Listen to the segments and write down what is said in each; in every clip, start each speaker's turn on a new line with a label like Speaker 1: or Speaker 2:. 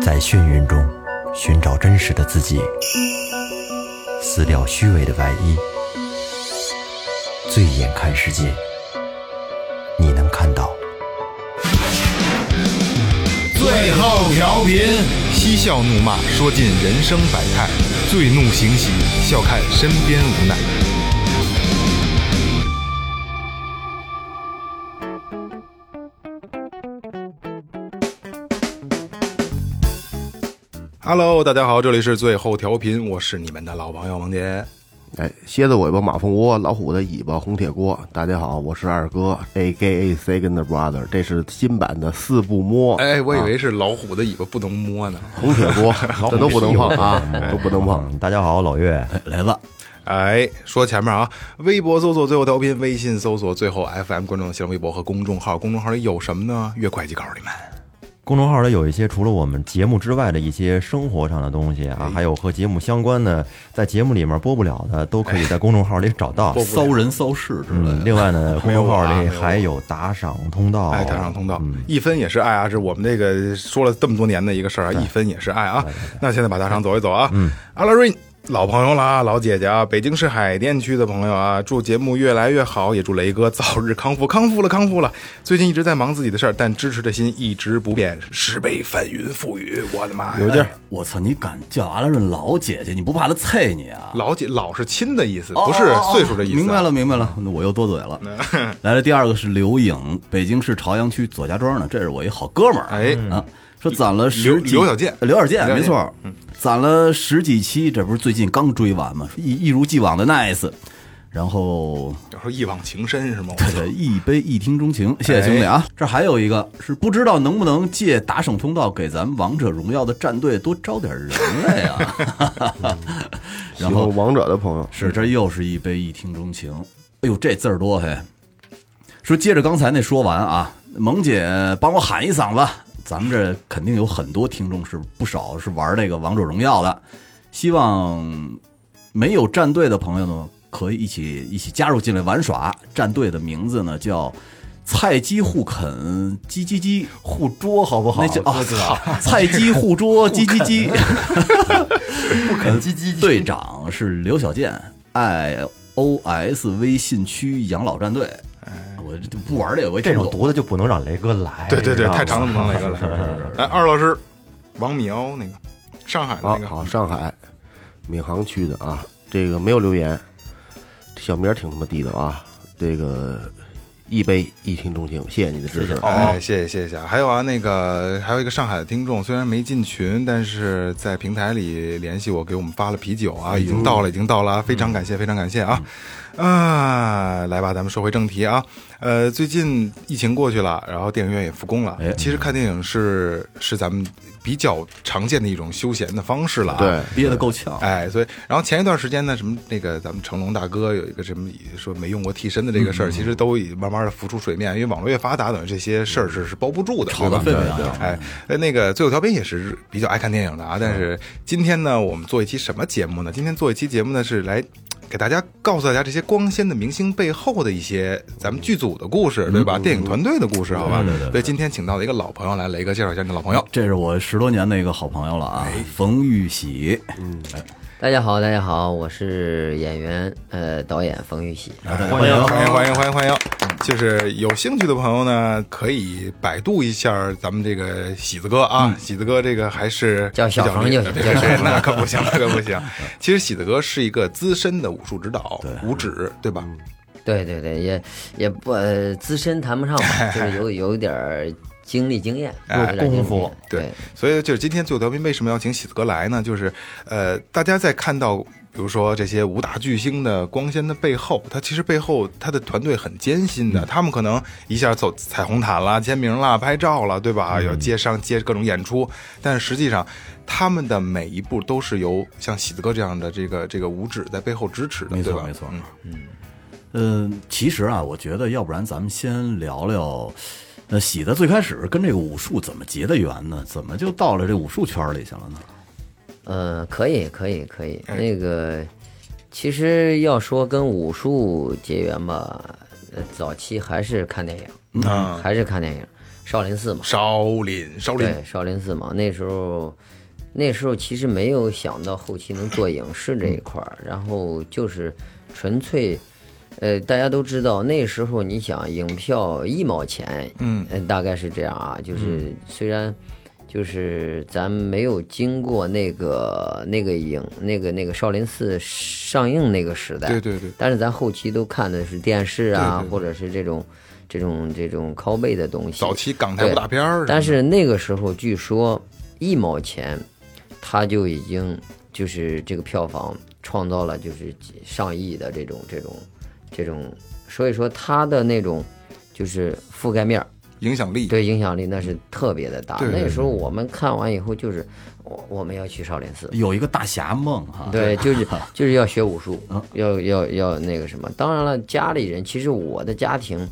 Speaker 1: 在眩晕中寻找真实的自己，撕掉虚伪的外衣，醉眼看世界，你能看到。
Speaker 2: 最后调频，
Speaker 3: 嬉笑怒骂，说尽人生百态；醉怒行喜，笑看身边无奈。Hello，大家好，这里是最后调频，我是你们的老朋友萌杰。
Speaker 4: 哎，蝎子尾巴马蜂窝，老虎的尾巴红铁锅。大家好，我是二哥，A K A Second Brother，这是新版的四不摸。
Speaker 3: 哎，我以为是老虎的尾巴不能摸呢。
Speaker 4: 红铁锅，这都不能碰啊，都不能碰。
Speaker 1: 嗯大家好，老岳，
Speaker 4: 来了，
Speaker 3: 哎，说前面啊，微博搜索最后调频，微信搜索最后 FM，关注新浪微博和公众号。公众号里有什么呢？月会计告诉你们。
Speaker 1: 公众号里有一些除了我们节目之外的一些生活上的东西
Speaker 3: 哎
Speaker 1: 啊，还有和节目相关的，在节目里面播不了的，都可以在公众号里找到。
Speaker 5: 骚人骚事之类
Speaker 1: 嗯，
Speaker 5: 的。
Speaker 1: 另外呢，公众号
Speaker 3: 没
Speaker 1: 里
Speaker 3: 有啊
Speaker 1: 还有打赏通道，
Speaker 3: 哎，打赏通道，一分也是爱啊，是我们这个说了这么多年的一个事儿啊，一分也是爱啊。那现在把大赏走一走啊，嗯，阿拉瑞。老朋友了啊，老姐姐啊，北京市海淀区的朋友啊，祝节目越来越好，也祝雷哥早日康复，康复了，康复了。最近一直在忙自己的事儿，但支持的心一直不变，十倍翻云覆雨，我的妈呀！
Speaker 5: 哎我操！你敢叫阿拉润老姐姐，你不怕她啐你啊？
Speaker 3: 老姐老是亲的意思，
Speaker 5: 哦
Speaker 3: 不是岁数的意思、啊嗯
Speaker 5: 明白了，，明白了，那我又多嘴了。 来了，第二个是刘颖，北京市朝阳区左家庄的，这是我一好哥们儿。
Speaker 3: 哎
Speaker 5: 啊，说攒了十几
Speaker 3: 刘刘小健
Speaker 5: 刘小健
Speaker 3: 刘小健嗯
Speaker 5: 没错，攒了十几期，这不是最近刚追完吗？一一如既往的 nice，然后
Speaker 3: 有时候一往情深是吗？
Speaker 5: 对对，一杯一听钟情，谢谢兄弟啊！这还有一个是不知道能不能借打赏通道给咱们王者荣耀的战队多招点人来呀。
Speaker 4: 喜
Speaker 5: 然
Speaker 4: 欢
Speaker 5: 后
Speaker 4: 王者的朋友，
Speaker 5: 是这又是一杯一听钟情，哎呦这字儿多嘿！说接着刚才那说完啊，萌姐帮我喊一嗓子，咱们这肯定有很多听众是不少是玩这个王者荣耀的，希望没有战队的朋友呢，可以一起一起加入进来玩耍。战队的名字呢叫“菜鸡互啃鸡鸡鸡互捉”，好不好？那叫啊，操菜鸡互捉鸡鸡 鸡，不
Speaker 3: 哎
Speaker 5: 啃鸡鸡鸡。队长是刘小健，I O S 微信区养老战队。我就不玩这个，我也
Speaker 1: 这
Speaker 5: 听不
Speaker 1: 种
Speaker 5: 懂
Speaker 1: 犊子就不能让雷哥来。
Speaker 3: 对对
Speaker 1: 知
Speaker 3: 对，
Speaker 1: 道吗
Speaker 3: 太长了，不能雷哥哎 来。哎，二老师，王米欧那个上海的
Speaker 4: 好
Speaker 3: 那个，
Speaker 4: 好，上海闵行区的啊，这个没有留言，小名儿挺他妈地道啊，这个一杯一听钟情，谢谢你的支持。
Speaker 3: 哎，谢谢谢谢谢谢。还有啊，那个还有一个上海的听众，虽然没进群，但是在平台里联系我，给我们发了啤酒啊，已经到了，已经到了啊，非常感谢，非常感谢啊。啊，来吧，咱们说回正题啊。呃，最近疫情过去了，然后电影院也复工了。
Speaker 5: 哎
Speaker 3: 其实看电影是是咱们比较常见的一种休闲的方式了、啊。
Speaker 4: 对，
Speaker 5: 憋得够呛。
Speaker 3: 哎，所以，然后前一段时间呢，什么那个咱们成龙大哥有一个什么说没用过替身的这个
Speaker 5: 嗯
Speaker 3: 事儿，其实都已慢慢的浮出水面，因为网络越发达，等于这些事儿是是包不住的，
Speaker 5: 嗯炒得
Speaker 3: 对吧
Speaker 5: 沸沸扬扬
Speaker 3: 哎，呃那个最后调频也是比较爱看电影的啊，但
Speaker 5: 嗯
Speaker 3: 是今天呢，我们做一期什么节目呢？今天做一期节目呢是来。给大家告诉大家这些光鲜的明星背后的一些咱们剧组的故事，对
Speaker 5: 嗯
Speaker 3: 吧？电影团队的故事，好吧？所以今天请到了一个老朋友来，雷哥介绍一下你的老朋友。
Speaker 5: 这是我十多年的一个好朋友了啊，冯玉玺。
Speaker 6: 大家好，大家好，我是演员呃导演冯玉玺。
Speaker 3: 欢迎欢迎欢迎欢迎欢迎！就是有兴趣的朋友呢，可以百度一下咱们这个喜子哥啊，喜子哥这个还是
Speaker 6: 嗯叫小
Speaker 3: 比较
Speaker 6: 冯就行
Speaker 3: 对
Speaker 6: 叫小
Speaker 3: 对，
Speaker 6: 冯
Speaker 3: 那可不行，那可不行。其实喜子哥是一个资深的武术指导，武指对吧？
Speaker 6: 对对对，也也不、呃、资深谈不上吧，就是有有一点儿经历经验，
Speaker 3: 哎
Speaker 6: 有点儿经历
Speaker 1: 功夫
Speaker 6: 经
Speaker 3: 对
Speaker 6: 验，
Speaker 3: 所以就是今天最后调频为什么要请喜子哥来呢？就是呃，大家在看到比如说这些武打巨星的光鲜的背后，他其实背后他的团队很艰辛
Speaker 6: 嗯
Speaker 3: 的，他们可能一下走彩虹毯啦、签名啦、拍照啦，对吧？
Speaker 6: 嗯
Speaker 3: 要接上接各种演出，但实际上他们的每一步都是由像喜子哥这样的这个这个武指在背后支持的，
Speaker 5: 没
Speaker 3: 对
Speaker 5: 错
Speaker 3: 吧？
Speaker 5: 没错
Speaker 3: 嗯
Speaker 5: 嗯，其实啊，我觉得要不然咱们先聊聊，呃，喜子最开始跟这个武术怎么结的缘呢？怎么就到了这武术圈里去了呢？
Speaker 6: 呃，可以可以可以，那个其实要说跟
Speaker 3: 嗯
Speaker 6: 武嗯术结缘吧，呃早期还是看电影，还是看电影。少林寺嘛，
Speaker 3: 少林，少林
Speaker 6: 对，少林寺嘛，那时候那时候其实没有想到后期能做影视
Speaker 3: 嗯
Speaker 6: 这一块儿，然后就是纯粹，呃，大家都知道那时候你想影票一毛钱，
Speaker 3: 嗯
Speaker 6: 呃，大概是这样啊，就是虽然。就是咱没有经过那个那个影那个那个少林寺上映那个时代，
Speaker 3: 对对对，
Speaker 6: 但是咱后期都看的是电视啊，
Speaker 3: 对对对
Speaker 6: 或者是这种这种这种 cosplay 的东西。
Speaker 3: 早期港台武打片儿，
Speaker 6: 但是那个时候据说一毛钱，他就已经就是这个票房创造了就是几上亿的这种这种这种，所以说他的那种就是覆盖面儿
Speaker 3: 影响力，
Speaker 6: 对影响力那是特别的大。
Speaker 3: 对对
Speaker 6: 那时候我们看完以后就是我我们要去少林寺，
Speaker 5: 有一个大侠梦哎哈，
Speaker 6: 对，就是就是要学武术
Speaker 5: 啊，
Speaker 6: 要要要那个什么。当然了，家里人其实我的家庭，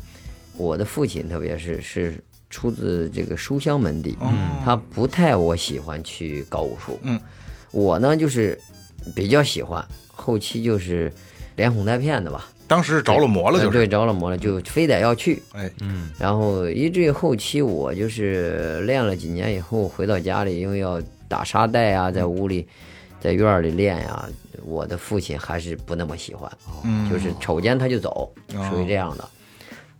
Speaker 6: 我的父亲特别是是出自这个书香门
Speaker 3: 哦
Speaker 6: 第，嗯他不太我喜欢去搞武术，
Speaker 3: 嗯，
Speaker 6: 我呢就是比较喜欢，后期就是连哄带骗的吧，
Speaker 3: 当时是着了魔了，
Speaker 6: 呃
Speaker 3: 就是，
Speaker 6: 对着了魔了，就非得要去，
Speaker 3: 哎，
Speaker 6: 然后以至于后期我就是练了几年以后回到家里，因为要打沙袋啊，在屋里，在院儿里练呀、我的父亲还是不那么喜欢，
Speaker 3: 嗯
Speaker 6: 就是瞅见他就走，属于这样的。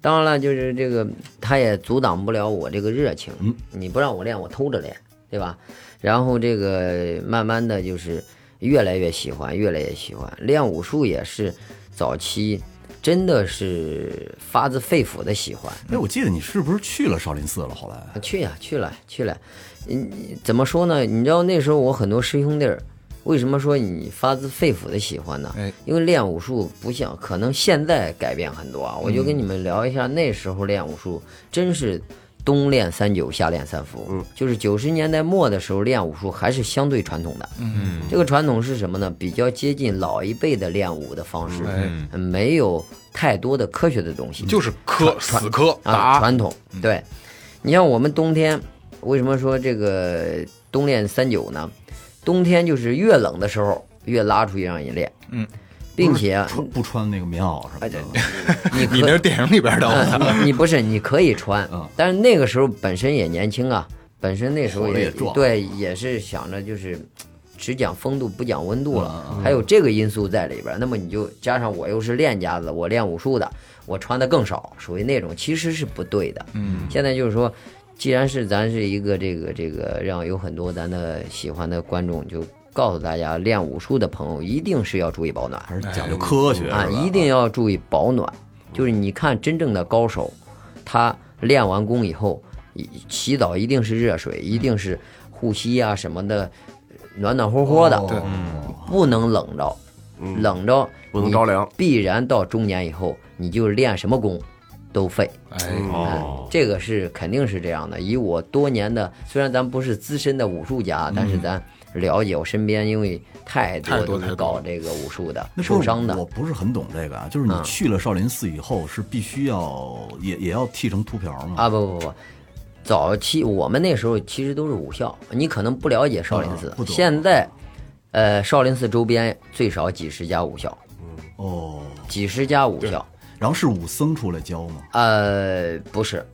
Speaker 6: 当然了，就是这个他也阻挡不了我这个热情，你不让我练，我偷着练，对吧？然后这个慢慢的就是越来越喜欢，越来越喜欢练武术也是早期。真的是发自肺腑的喜欢，
Speaker 5: 哎，我记得你是不是去了少林寺了？后来
Speaker 6: 啊去呀、去了，去了。嗯，怎么说呢？你知道那时候我很多师兄弟儿，为什么说你发自肺腑的喜欢呢？
Speaker 3: 哎
Speaker 6: 因为练武术不像，可能现在改变很多啊。我就跟你们聊一下那时候练武术，真是冬练三九，夏练三伏。嗯，就是九十年代末的时候练武术还是相对传统的。嗯，这个传统是什么呢？比较接近老一辈的练武的方式，
Speaker 3: 哎，
Speaker 6: 嗯没有太多的科学的东西。
Speaker 3: 就是磕死磕
Speaker 6: 啊，
Speaker 3: 打，
Speaker 6: 传统。
Speaker 5: 嗯
Speaker 6: 对，你像我们冬天，为什么说这个冬练三九呢？冬天就是越冷的时候越拉出去让你练，
Speaker 3: 嗯，
Speaker 6: 并且哎
Speaker 5: 穿不穿哦那个棉袄什么的？
Speaker 6: 你可
Speaker 3: 你那 是电影里边的，
Speaker 6: 嗯你不是你可以穿
Speaker 5: 嗯，
Speaker 6: 但是那个时候本身也年轻啊，本身那时候
Speaker 5: 活力
Speaker 6: 也
Speaker 5: 也壮
Speaker 6: 对，也是想着就是只讲风度不讲温度
Speaker 5: 嗯
Speaker 6: 了，还有这个因素在里边儿。那么你就加上我又是练家子，我练武术的，我穿的更少，属于那种其实是不对的。
Speaker 3: 嗯，
Speaker 6: 现在就是说。既然是咱是一个这个这个，让有很多咱的喜欢的观众就告诉大家，练武术的朋友一定是要注意保暖，
Speaker 5: 还是讲究科学
Speaker 6: 啊，
Speaker 5: 是吧
Speaker 6: 一定要注意保暖。
Speaker 4: 嗯
Speaker 6: 就是你看真正的高手，他练完功以后，一洗澡一定是热水，一定是护膝啊什么的，暖暖和和的，嗯
Speaker 5: 哦
Speaker 6: 不能冷着，冷着
Speaker 4: 嗯不能着凉
Speaker 6: 你必然到中年以后，你就练什么功都废。
Speaker 3: 哎，
Speaker 4: 嗯
Speaker 1: 哦，
Speaker 6: 这个是肯定是这样的。以我多年的，虽然咱不是资深的武术家，但
Speaker 5: 嗯
Speaker 6: 是咱了解我身边，因为太多
Speaker 3: 太多
Speaker 6: 都
Speaker 3: 太
Speaker 6: 是
Speaker 3: 多
Speaker 6: 搞这个武术的，
Speaker 5: 那不
Speaker 6: 受
Speaker 5: 是
Speaker 6: 伤的嗯
Speaker 5: 我。不是很懂这个啊，就是你去了少林寺以后，是必须要也也要剃成秃瓢吗？
Speaker 6: 啊，不不不，早期我们那时候其实都是武校，你可能不了解少林寺
Speaker 5: 啊。不懂
Speaker 6: 现在，呃，少林寺周边最少几十家武校，
Speaker 5: 哦，
Speaker 6: 几十家武校。
Speaker 5: 然后是武僧出来教吗？
Speaker 6: 呃，不是，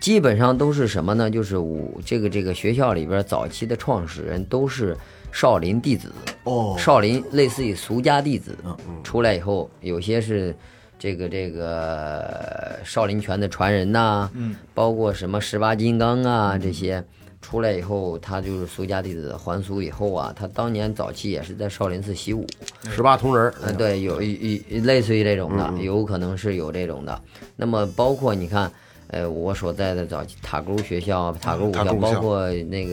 Speaker 6: 基本上都是什么呢？就是武这个这个学校里边早期的创始人都是少林弟子。
Speaker 5: 哦，
Speaker 6: 少林类似于俗家弟子，出来以后有些是这个这个呃少林拳的传人呐、嗯，包括什么十八金刚啊这些，出来以后他就是俗家弟子，还俗以后啊，他当年早期也是在少林寺习武，
Speaker 4: 十八铜人儿，
Speaker 6: 嗯，对，有一一类似于这种
Speaker 3: 嗯
Speaker 6: 的，有可能是有这种的。那么包括你看，呃，我所在的早期塔沟学校、塔沟武
Speaker 3: 塔
Speaker 6: 校，
Speaker 3: 沟武
Speaker 6: 包
Speaker 3: 校
Speaker 6: 括那个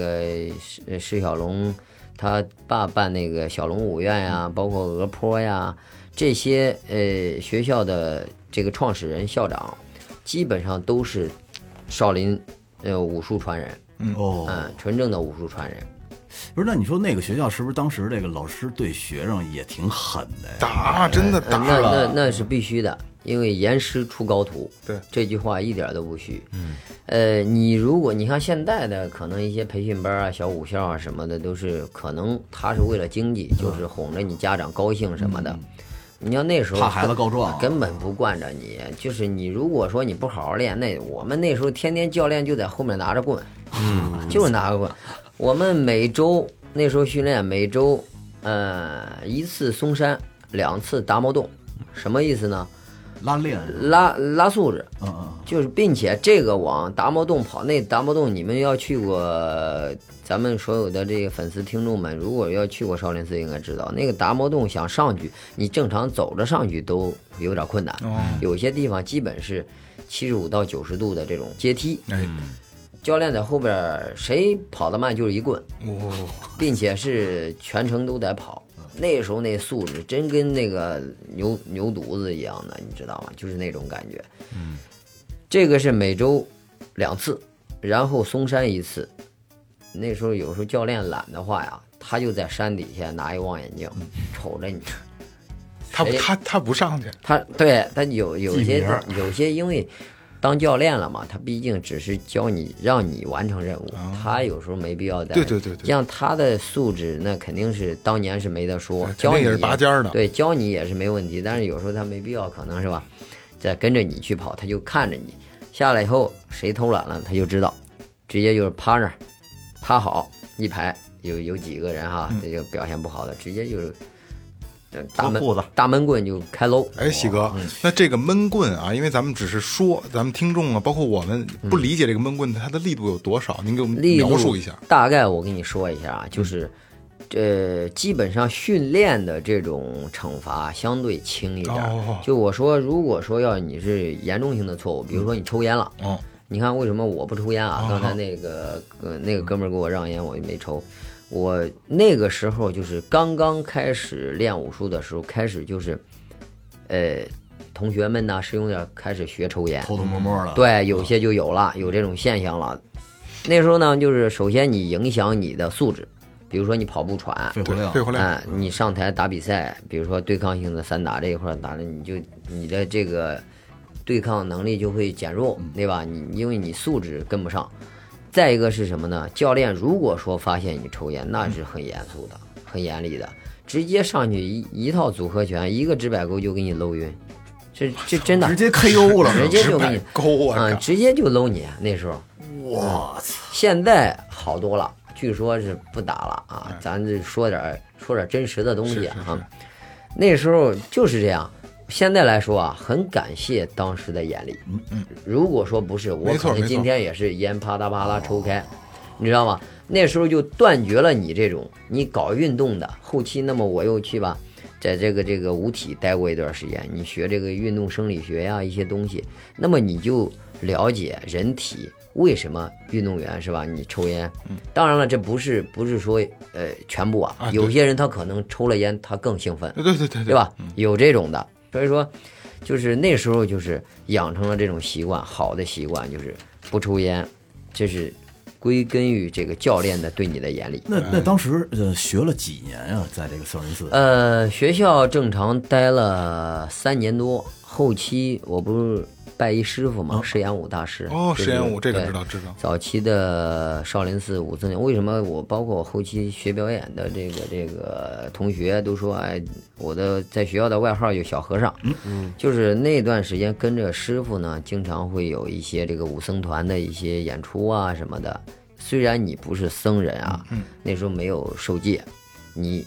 Speaker 6: 释释小龙他爸办那个小龙武院呀、
Speaker 3: 嗯
Speaker 6: 包括鹅坡呀这些呃学校的这个创始人、校长，基本上都是少林呃武术传人，
Speaker 5: 哦，
Speaker 6: 嗯，纯正的武术传人。
Speaker 5: 不是，那你说那个学校是不是当时这个老师对学生也挺狠的呀？
Speaker 3: 打，啊真的
Speaker 6: 呃
Speaker 3: 打
Speaker 6: 那
Speaker 3: 了，
Speaker 6: 那那是必须的，因为严师出高徒。
Speaker 3: 对
Speaker 6: 这句话一点儿都不虚。嗯，呃，你如果你看现在的可能一些培训班啊、小武校啊
Speaker 3: 嗯
Speaker 6: 什么的，都是可能他是为了经济，就是哄着你家长高兴什么的。你要那时候
Speaker 5: 怕孩子告状啊
Speaker 6: 根本不惯着你。就是你如果说你不好好练，那我们那时候天天教练就在后面拿着棍，嗯， 就是拿着棍。我们每周那时候训练每周，呃，一次松山，两次达毛洞，什么意思呢？
Speaker 5: 拉练，啊
Speaker 6: 拉拉素质，
Speaker 5: 嗯嗯，
Speaker 6: 就是，并且这个往达摩洞跑，那达摩洞你们要去过，咱们所有的这个粉丝听众们，如果要去过少林寺，应该知道那个达摩洞想上去，你正常走着上去都有点困难，有些地方基本是七十五到九十度的这种阶梯，
Speaker 3: 哎，
Speaker 6: 教练在后边儿，谁跑得慢就是一棍，
Speaker 3: 哦，
Speaker 6: 并且是全程都在跑。那时候那素质真跟那个牛牛犊子一样的，你知道吗？就是那种感觉。嗯，这个是每周两次，然后松山一次。那时候有时候教练懒的话呀，他就在山底下拿一望远镜
Speaker 5: 嗯
Speaker 6: 瞅着你。
Speaker 3: 他
Speaker 6: 谁
Speaker 3: 他他不上去，
Speaker 6: 他对他有有
Speaker 5: 记
Speaker 6: 些
Speaker 5: 名儿
Speaker 6: 有些因为当教练了嘛，他毕竟只是教你让你完成任务，
Speaker 5: 哦
Speaker 6: 他有时候没必要在
Speaker 3: 对对对对
Speaker 6: 像他的素质那肯定是当年是没得说
Speaker 3: 哎，
Speaker 6: 教
Speaker 3: 肯定
Speaker 6: 你
Speaker 3: 也是拔尖儿的
Speaker 6: 对，教你也是没问题，但是有时候他没必要，可能是吧，在跟着你去跑，他就看着你下来以后谁偷懒了，他就知道，直接就是趴那儿趴好一排，有有几个人哈，
Speaker 3: 嗯
Speaker 6: 这就表现不好的，直接就是。呃大闷
Speaker 1: 裤子
Speaker 6: 大闷棍就开搂，
Speaker 3: 哎，喜哥，
Speaker 6: 嗯
Speaker 3: 那这个闷棍啊，因为咱们只是说，咱们听众啊，包括我们不理解这个闷棍它的力度有多少，您给我们
Speaker 6: 嗯力度
Speaker 3: 描述一下。
Speaker 6: 大概我跟你说一下啊，就是，呃，基本上训练的这种惩罚相对轻一点儿。
Speaker 3: 哦
Speaker 6: 就我说，如果说要你是严重性的错误，比如说你抽烟了，
Speaker 3: 嗯，
Speaker 6: 你看为什么我不抽烟啊？
Speaker 3: 哦
Speaker 6: 刚才那个、呃、那个哥们儿给我让烟，我就没抽。我那个时候就是刚刚开始练武术的时候，开始就是，呃，同学们呢是有点开始学抽烟，
Speaker 5: 偷偷摸摸的，，
Speaker 6: 对，有些就有
Speaker 5: 嗯
Speaker 6: 了，有这种现象了。那时候呢，就是首先你影响你的素质，比如说你跑步喘，
Speaker 5: 肺活
Speaker 3: 对，
Speaker 5: 量
Speaker 3: 退，回来，
Speaker 6: 哎，你上台打比赛，比如说对抗性的散打这一块儿打的，你就你的这个对抗能力就会减弱，
Speaker 5: 嗯
Speaker 6: 对吧？你因为你素质跟不上。再一个是什么呢？教练如果说发现你
Speaker 5: 嗯
Speaker 6: 抽烟，那是很严肃的、很严厉的，直接上去一一套组合拳，一个直摆钩就给你搂晕，这这真的
Speaker 5: 直接 KO 了，
Speaker 6: 直接就给
Speaker 3: 摆
Speaker 6: 你
Speaker 3: 钩啊！
Speaker 6: 嗯，
Speaker 3: 靠
Speaker 6: 直接就搂你那时候。嗯
Speaker 5: 我操，
Speaker 6: 现在好多了，据说是不打了
Speaker 3: 嗯
Speaker 6: 啊。咱这说点儿说点儿真实的东西啊。那时候就是这样。现在来说啊，很感谢当时的眼力。嗯嗯，如果说不是我，
Speaker 3: 没错
Speaker 6: 可
Speaker 3: 没
Speaker 6: 能
Speaker 3: 错哦
Speaker 6: 今天也是烟啪嗒啪嗒抽开，你知道吗？那时候就断绝了你这种你搞运动的后期。那么我又去吧，在这个这个舞体待过一段时间，你学这个运动生理学呀、一些东西，那么你就了解人体为什么运动员是吧？你抽烟，当然了，这不是不是说呃全部啊，
Speaker 3: 嗯啊
Speaker 6: 有
Speaker 3: 对
Speaker 6: 些人他可能抽了烟他更兴奋，
Speaker 3: 对对对对嗯
Speaker 6: 对？吧？有这种的，所以说就是那时候就是养成了这种习惯，好的习惯就是不抽烟，这是归根于这个教练的对你的严厉。
Speaker 5: 那那当时呃学了几年啊，在这个少林寺，
Speaker 6: 呃，学校正常待了三年多，后期我不是拜一师傅嘛，释延武大师。
Speaker 3: 哦，
Speaker 6: 就是
Speaker 3: 实验舞这个知。道
Speaker 6: 对
Speaker 3: 知道。
Speaker 6: 早期的少林寺五四年，为什么我包括我后期学表演的这个这个同学都说，哎，我的在学校的外号有小和尚，嗯，就是那段时间跟着师傅呢，经常会有一些这个武僧团的一些演出啊什么的。虽然你不是僧人啊，那时候没有受戒，你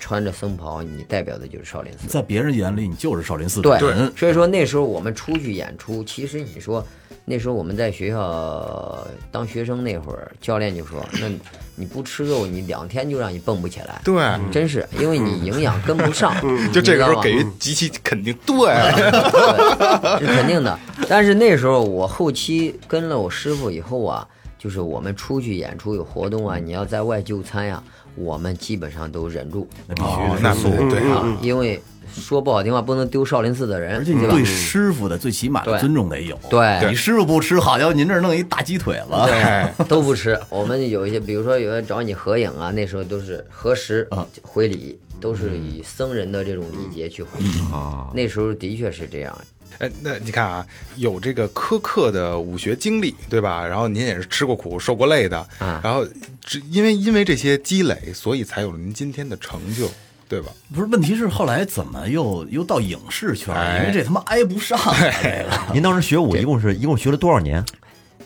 Speaker 6: 穿着僧袍，你代表的就是少林寺。
Speaker 5: 在别人眼里你就是少林寺的
Speaker 6: 对，
Speaker 5: 人，
Speaker 6: 所以说那时候我们出去演出，其实你说那时候我们在学校当学生那会儿，教练就 说：“那你不吃肉，你两天就让你蹦不起来。”
Speaker 3: 对，嗯
Speaker 6: 真是因为你营养跟不上，
Speaker 3: 就这个时候
Speaker 6: 你知道吧
Speaker 3: 给予极其肯定。对，啊
Speaker 6: 嗯对，是肯定的。但是那时候我后期跟了我师傅以后啊，就是我们出去演出有活动
Speaker 3: 嗯
Speaker 6: 啊，你要在外就餐呀、我们基本上都忍住
Speaker 5: 那必
Speaker 3: 哦
Speaker 5: 须
Speaker 3: 那
Speaker 5: 的。
Speaker 3: 不对啊，
Speaker 6: 啊，因为说不好听话，不能丢少林寺的人，
Speaker 5: 而且你
Speaker 6: 嗯对吧？
Speaker 5: 对师傅的最起码的
Speaker 6: 对
Speaker 5: 尊重得有。
Speaker 6: 对
Speaker 5: 你师傅不吃，好家伙，您这儿弄一大鸡腿了，
Speaker 3: 哎，
Speaker 6: 都不吃。我们有一些，比如说有人找你合影啊，那时候都是核实
Speaker 5: 啊
Speaker 6: 回礼，都是以僧人的这种礼节去回礼。
Speaker 1: 啊，
Speaker 6: 那时候的确是这样，
Speaker 3: 哎，那你看啊，有这个苛刻的武学经历，对吧？然后您也是吃过苦、受过累的，
Speaker 6: 啊
Speaker 3: 然后只因为因为这些积累，所以才有了您今天的成就。对吧？
Speaker 5: 不是，问题是后来怎么又又到影视圈了？
Speaker 6: 哎
Speaker 5: 因为这他妈挨不上啊，这个
Speaker 1: 您当时学舞一共是一共学了多少年？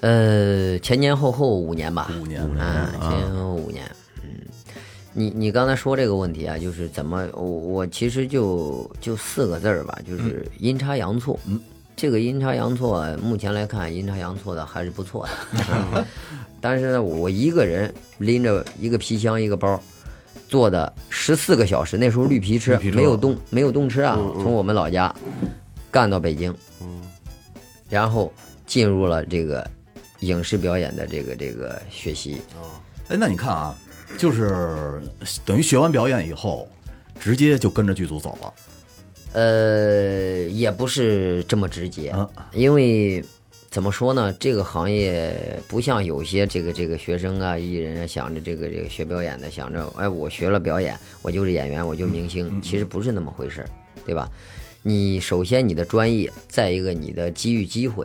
Speaker 6: 呃，前前后后五年吧，
Speaker 5: 五年了
Speaker 6: 啊，前前后后五年。嗯，你你刚才说这个问题啊，就是怎么我我其实就就四个字儿吧，就是阴差阳错。嗯，这个阴差阳错啊，目前来看阴差阳错的还是不错的。啊 但是呢，我一个人拎着一个皮箱一个包。坐的十四个小时，那时候绿皮车
Speaker 4: 绿皮车
Speaker 6: 没有动没有动车啊，从我们老家干到北京，然后进入了这个影视表演的这个这个学习，
Speaker 5: 哎，那你看啊，就是等于学完表演以后，直接就跟着剧组走了。
Speaker 6: 呃，也不是这么直接
Speaker 5: 啊，
Speaker 6: 因为怎么说呢，这个行业不像有些这个这个学生啊、艺人啊，想着这个这个学表演的，想着哎，我学了表演，我就是演员，我就是明星，其实不是那么回事儿，对吧？你首先你的专业，再一个你的机遇机会，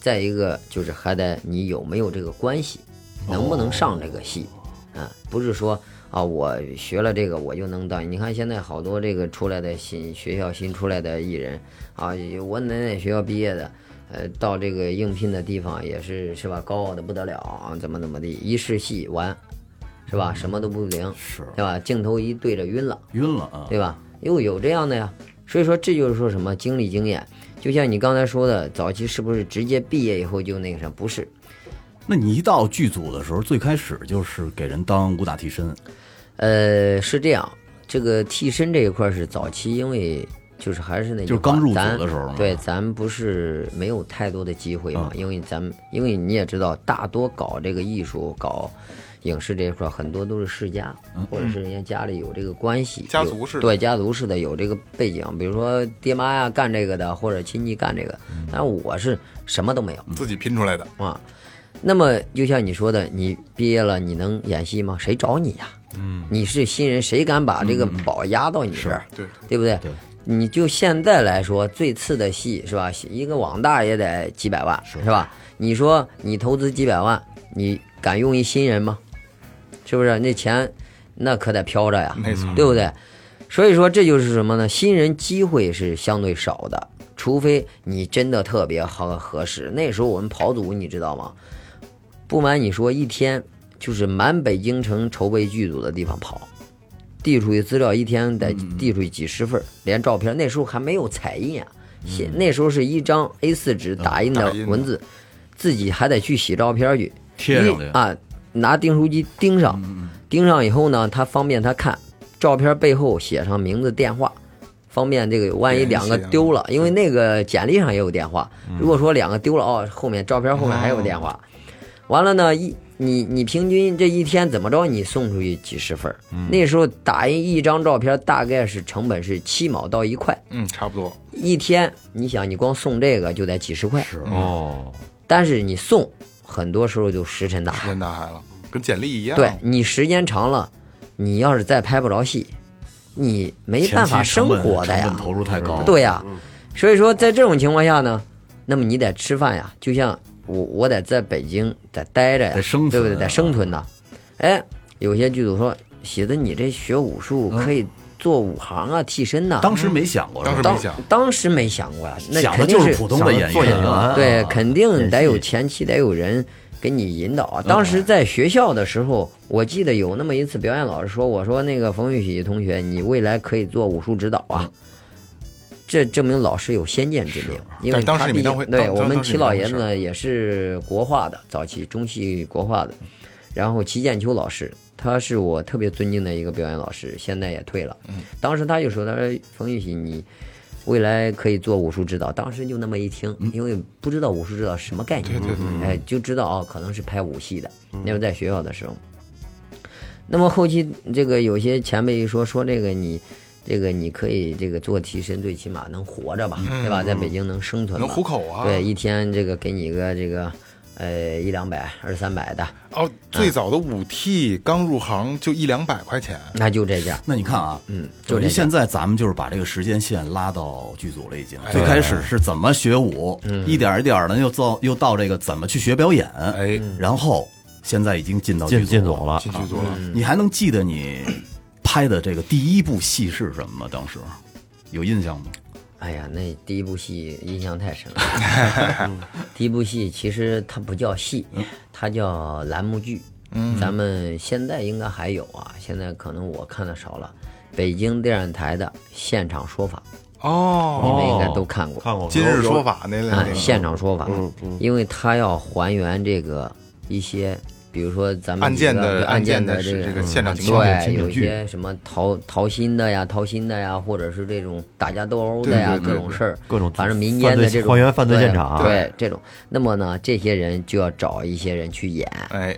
Speaker 6: 再一个就是还得你有没有这个关系，能不能上这个戏，啊，不是说啊我学了这个我就能当。你看现在好多这个出来的新学校新出来的艺人啊，有我哪哪学校毕业的，呃，到这个应聘的地方也是是吧，高傲的不得了啊，怎么怎么地，一试戏完，是吧，什么都不灵，
Speaker 5: 是
Speaker 6: 对吧？镜头一对着晕了。
Speaker 5: 晕了啊！
Speaker 6: 对吧？又有这样的呀。所以说，这就是说什么经历经验。就像你刚才说的，早期是不是直接毕业以后就那个什么？不是，
Speaker 5: 那你一到剧组的时候，最开始就是给人当武打替身，
Speaker 6: 呃，是这样。这个替身这一块是早期，因为就是还是那句
Speaker 5: 就是
Speaker 6: 话，
Speaker 5: 刚入组
Speaker 6: 咱
Speaker 5: 的时候嘛嗯
Speaker 6: 对，咱不是没有太多的机会嘛，因为咱们因为你也知道，大多搞这个艺术、搞影视这一块儿，很多都是世家，
Speaker 5: 嗯
Speaker 6: 或者是人家家里有这个关系，
Speaker 3: 嗯家
Speaker 6: 有
Speaker 3: 族式的
Speaker 6: 对家族式的有这个背景，比如说爹妈呀干这个的，或者亲戚干这个，
Speaker 5: 嗯
Speaker 6: 但我是什么都没有，
Speaker 3: 自己拼出来的，
Speaker 6: 啊。那么就像你说的，你毕业了，你能演戏吗？谁找你呀、嗯，你是新人，谁敢把这个宝压到你这儿？
Speaker 3: 对，
Speaker 6: 对不对？
Speaker 5: 对
Speaker 6: 你就现在来说，最次的戏是吧？一个网大也得几百万，是吧？你说你投资几百万，你敢用一新人吗？是不是？那钱那可得飘着呀，
Speaker 3: 没错
Speaker 6: 对不对？所以说这就是什么呢？新人机会是相对少的，除非你真的特别合合适。那时候我们跑组，你知道吗？不瞒你说，一天就是满北京城筹备剧组的地方跑，递出去资料一天得
Speaker 3: 嗯
Speaker 6: 递出去几十份儿，连照片。那时候还没有彩印啊，写那时候是一张 A4 纸打印的
Speaker 3: 嗯打印的
Speaker 6: 文字，自己还得去洗照片去
Speaker 5: 贴上去嗯
Speaker 6: 一啊，拿订书机钉上，钉上以后呢，他方便他看照片背后写上名字、电话。方便这个，万一
Speaker 3: 联系
Speaker 6: 两个
Speaker 3: 啊
Speaker 6: 丢了，因为那个简历上也有电话。
Speaker 5: 嗯
Speaker 6: 如果说两个丢了，哦，后面照片后面还有电话，完了呢，一你你平均这一天怎么着，你送出去几十份儿、
Speaker 5: 嗯
Speaker 6: 那时候打印一张照片大概是成本是七毛到一块，
Speaker 3: 嗯，差不多，
Speaker 6: 一天你想你光送这个就得几十块，
Speaker 1: 哦，
Speaker 6: 但是你送很多时候就石沉大
Speaker 3: 石
Speaker 6: 海。
Speaker 3: 沉大海了，跟简历一样，
Speaker 6: 对你时间长了，你要是再拍不着戏，你没办法
Speaker 5: 前期成
Speaker 6: 生
Speaker 5: 本
Speaker 6: 活的
Speaker 5: 成
Speaker 6: 呀
Speaker 5: 本。投入嗯太高，
Speaker 6: 对呀、所以说在这种情况下呢，那么你得吃饭呀，就像我我得在北京得待着呀，
Speaker 5: 得生存
Speaker 6: 对不对？
Speaker 5: 啊
Speaker 6: 得生存呐。哎，有些剧组说，喜子你这学武术可以做武行啊，替身呐、
Speaker 5: 嗯当时没想过，
Speaker 3: 当时
Speaker 5: 是吧
Speaker 6: 当
Speaker 3: 没想
Speaker 6: 当时没想过呀，那
Speaker 5: 想的
Speaker 6: 肯定
Speaker 5: 就是普通的
Speaker 1: 想
Speaker 5: 演
Speaker 1: 着做
Speaker 5: 员
Speaker 1: 演员
Speaker 5: 啊，
Speaker 6: 对，肯定得有
Speaker 1: 演戏
Speaker 6: 前期得有人给你引导啊。当时在学校的时候，我记得有那么一次表演老师说：“我说那个冯玉玺同学，你未来可以做武术指导啊。”这证明老师有先见之明，因为
Speaker 3: 嗯但是当时
Speaker 6: 他
Speaker 3: 你没
Speaker 6: 毕竟
Speaker 3: 当回
Speaker 6: 对
Speaker 3: 当
Speaker 6: 我
Speaker 3: 当
Speaker 6: 们
Speaker 3: 当时
Speaker 6: 齐
Speaker 3: 你没
Speaker 6: 老
Speaker 3: 当
Speaker 6: 爷
Speaker 3: 回
Speaker 6: 子
Speaker 3: 事
Speaker 6: 呢也是国画的，早期中戏国画的，然后齐剑秋老师，他是我特别尊敬的一个表演老师，现在也退了。当时他就说：“他说冯玉玺，你未来可以做武术指导。”当时就那么一听，因为不知道武术指导是什么概念，
Speaker 3: 嗯对对对嗯
Speaker 6: 哎，就知道哦，可能是拍武戏的。那时候在学校的时候，那么后期这个有些前辈一说说这个你。这个你可以这个做替身，最起码能活着吧，对吧？在北京能生存吧，
Speaker 3: 嗯能糊口啊，
Speaker 6: 对，一天这个给你个这个，呃，一两百、二三百的，
Speaker 3: 哦，最早的五 T 刚入行就一两百块钱，
Speaker 6: 那就这价。
Speaker 5: 那你看啊，
Speaker 6: 嗯就
Speaker 5: 等
Speaker 6: 这
Speaker 5: 于
Speaker 6: 个
Speaker 5: 现在咱们就是把这个时间线拉到剧组了，已
Speaker 6: 哎
Speaker 5: 经。最开始是怎么学舞，一点一点的又到又到这个怎么去学表演，
Speaker 6: 嗯
Speaker 3: 哎，
Speaker 5: 然后现在已经进到
Speaker 1: 进
Speaker 5: 剧
Speaker 1: 进
Speaker 5: 组
Speaker 1: 组。了，
Speaker 6: 嗯
Speaker 3: 进剧组了，
Speaker 5: 你还能记得你拍的这个第一部戏是什么吗？当时有印象吗？
Speaker 6: 哎呀，那第一部戏印象太深了。嗯第一部戏其实它不叫戏，它叫栏目剧。嗯，咱们现在应该还有啊，现在可能我看的少了。北京电视台的现场说法，你
Speaker 3: 哦，
Speaker 6: 们应该都看过。
Speaker 1: 看过
Speaker 3: 今日说法那类
Speaker 6: 啊
Speaker 3: 那，个
Speaker 6: 现场说法，
Speaker 3: 嗯
Speaker 6: 因为他要还原这个一些，比如说咱们
Speaker 3: 案件
Speaker 6: 几个
Speaker 3: 的
Speaker 6: 对
Speaker 3: 案
Speaker 6: 案
Speaker 3: 件的
Speaker 6: 的
Speaker 3: 是这
Speaker 6: 这
Speaker 3: 个现场情况
Speaker 6: 对，
Speaker 1: 情景
Speaker 6: 有一
Speaker 1: 剧
Speaker 6: 些什么逃逃心的呀、逃心的呀，或者是这种打架斗殴的呀
Speaker 3: 对对，对
Speaker 6: 各种事儿，
Speaker 1: 各种
Speaker 6: 反正民间的这种
Speaker 1: 还原犯罪
Speaker 6: 对
Speaker 1: 现
Speaker 3: 啊
Speaker 1: 场
Speaker 6: 对这种。那么呢，这些人就要找一些人去演，
Speaker 3: 哎，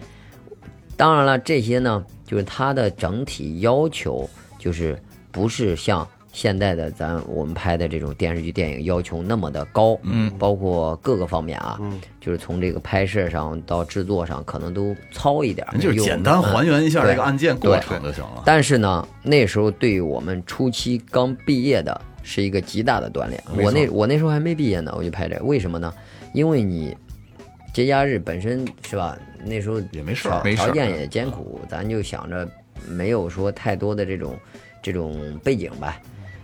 Speaker 6: 当然了，这些呢，就是它的整体要求，就是不是像现在的咱我们拍的这种电视剧、电影要求那么的高，嗯，包括各个方面啊，嗯，就是从这个拍摄上到制作上，可能都糙一点儿，
Speaker 5: 就是
Speaker 6: 又
Speaker 5: 简单还原一下这个案件过
Speaker 6: 哎对
Speaker 5: 程就行了。
Speaker 6: 但是呢，那时候对于我们初期刚毕业的是一个极大的锻炼。我那我那时候还没毕业呢，我就拍这，为什么呢？因为你节假日本身是吧，那时候
Speaker 5: 也没事儿嗯
Speaker 6: 条
Speaker 3: 没事儿
Speaker 6: 条件也艰苦，咱就想着没有说太多的这种这种背景吧，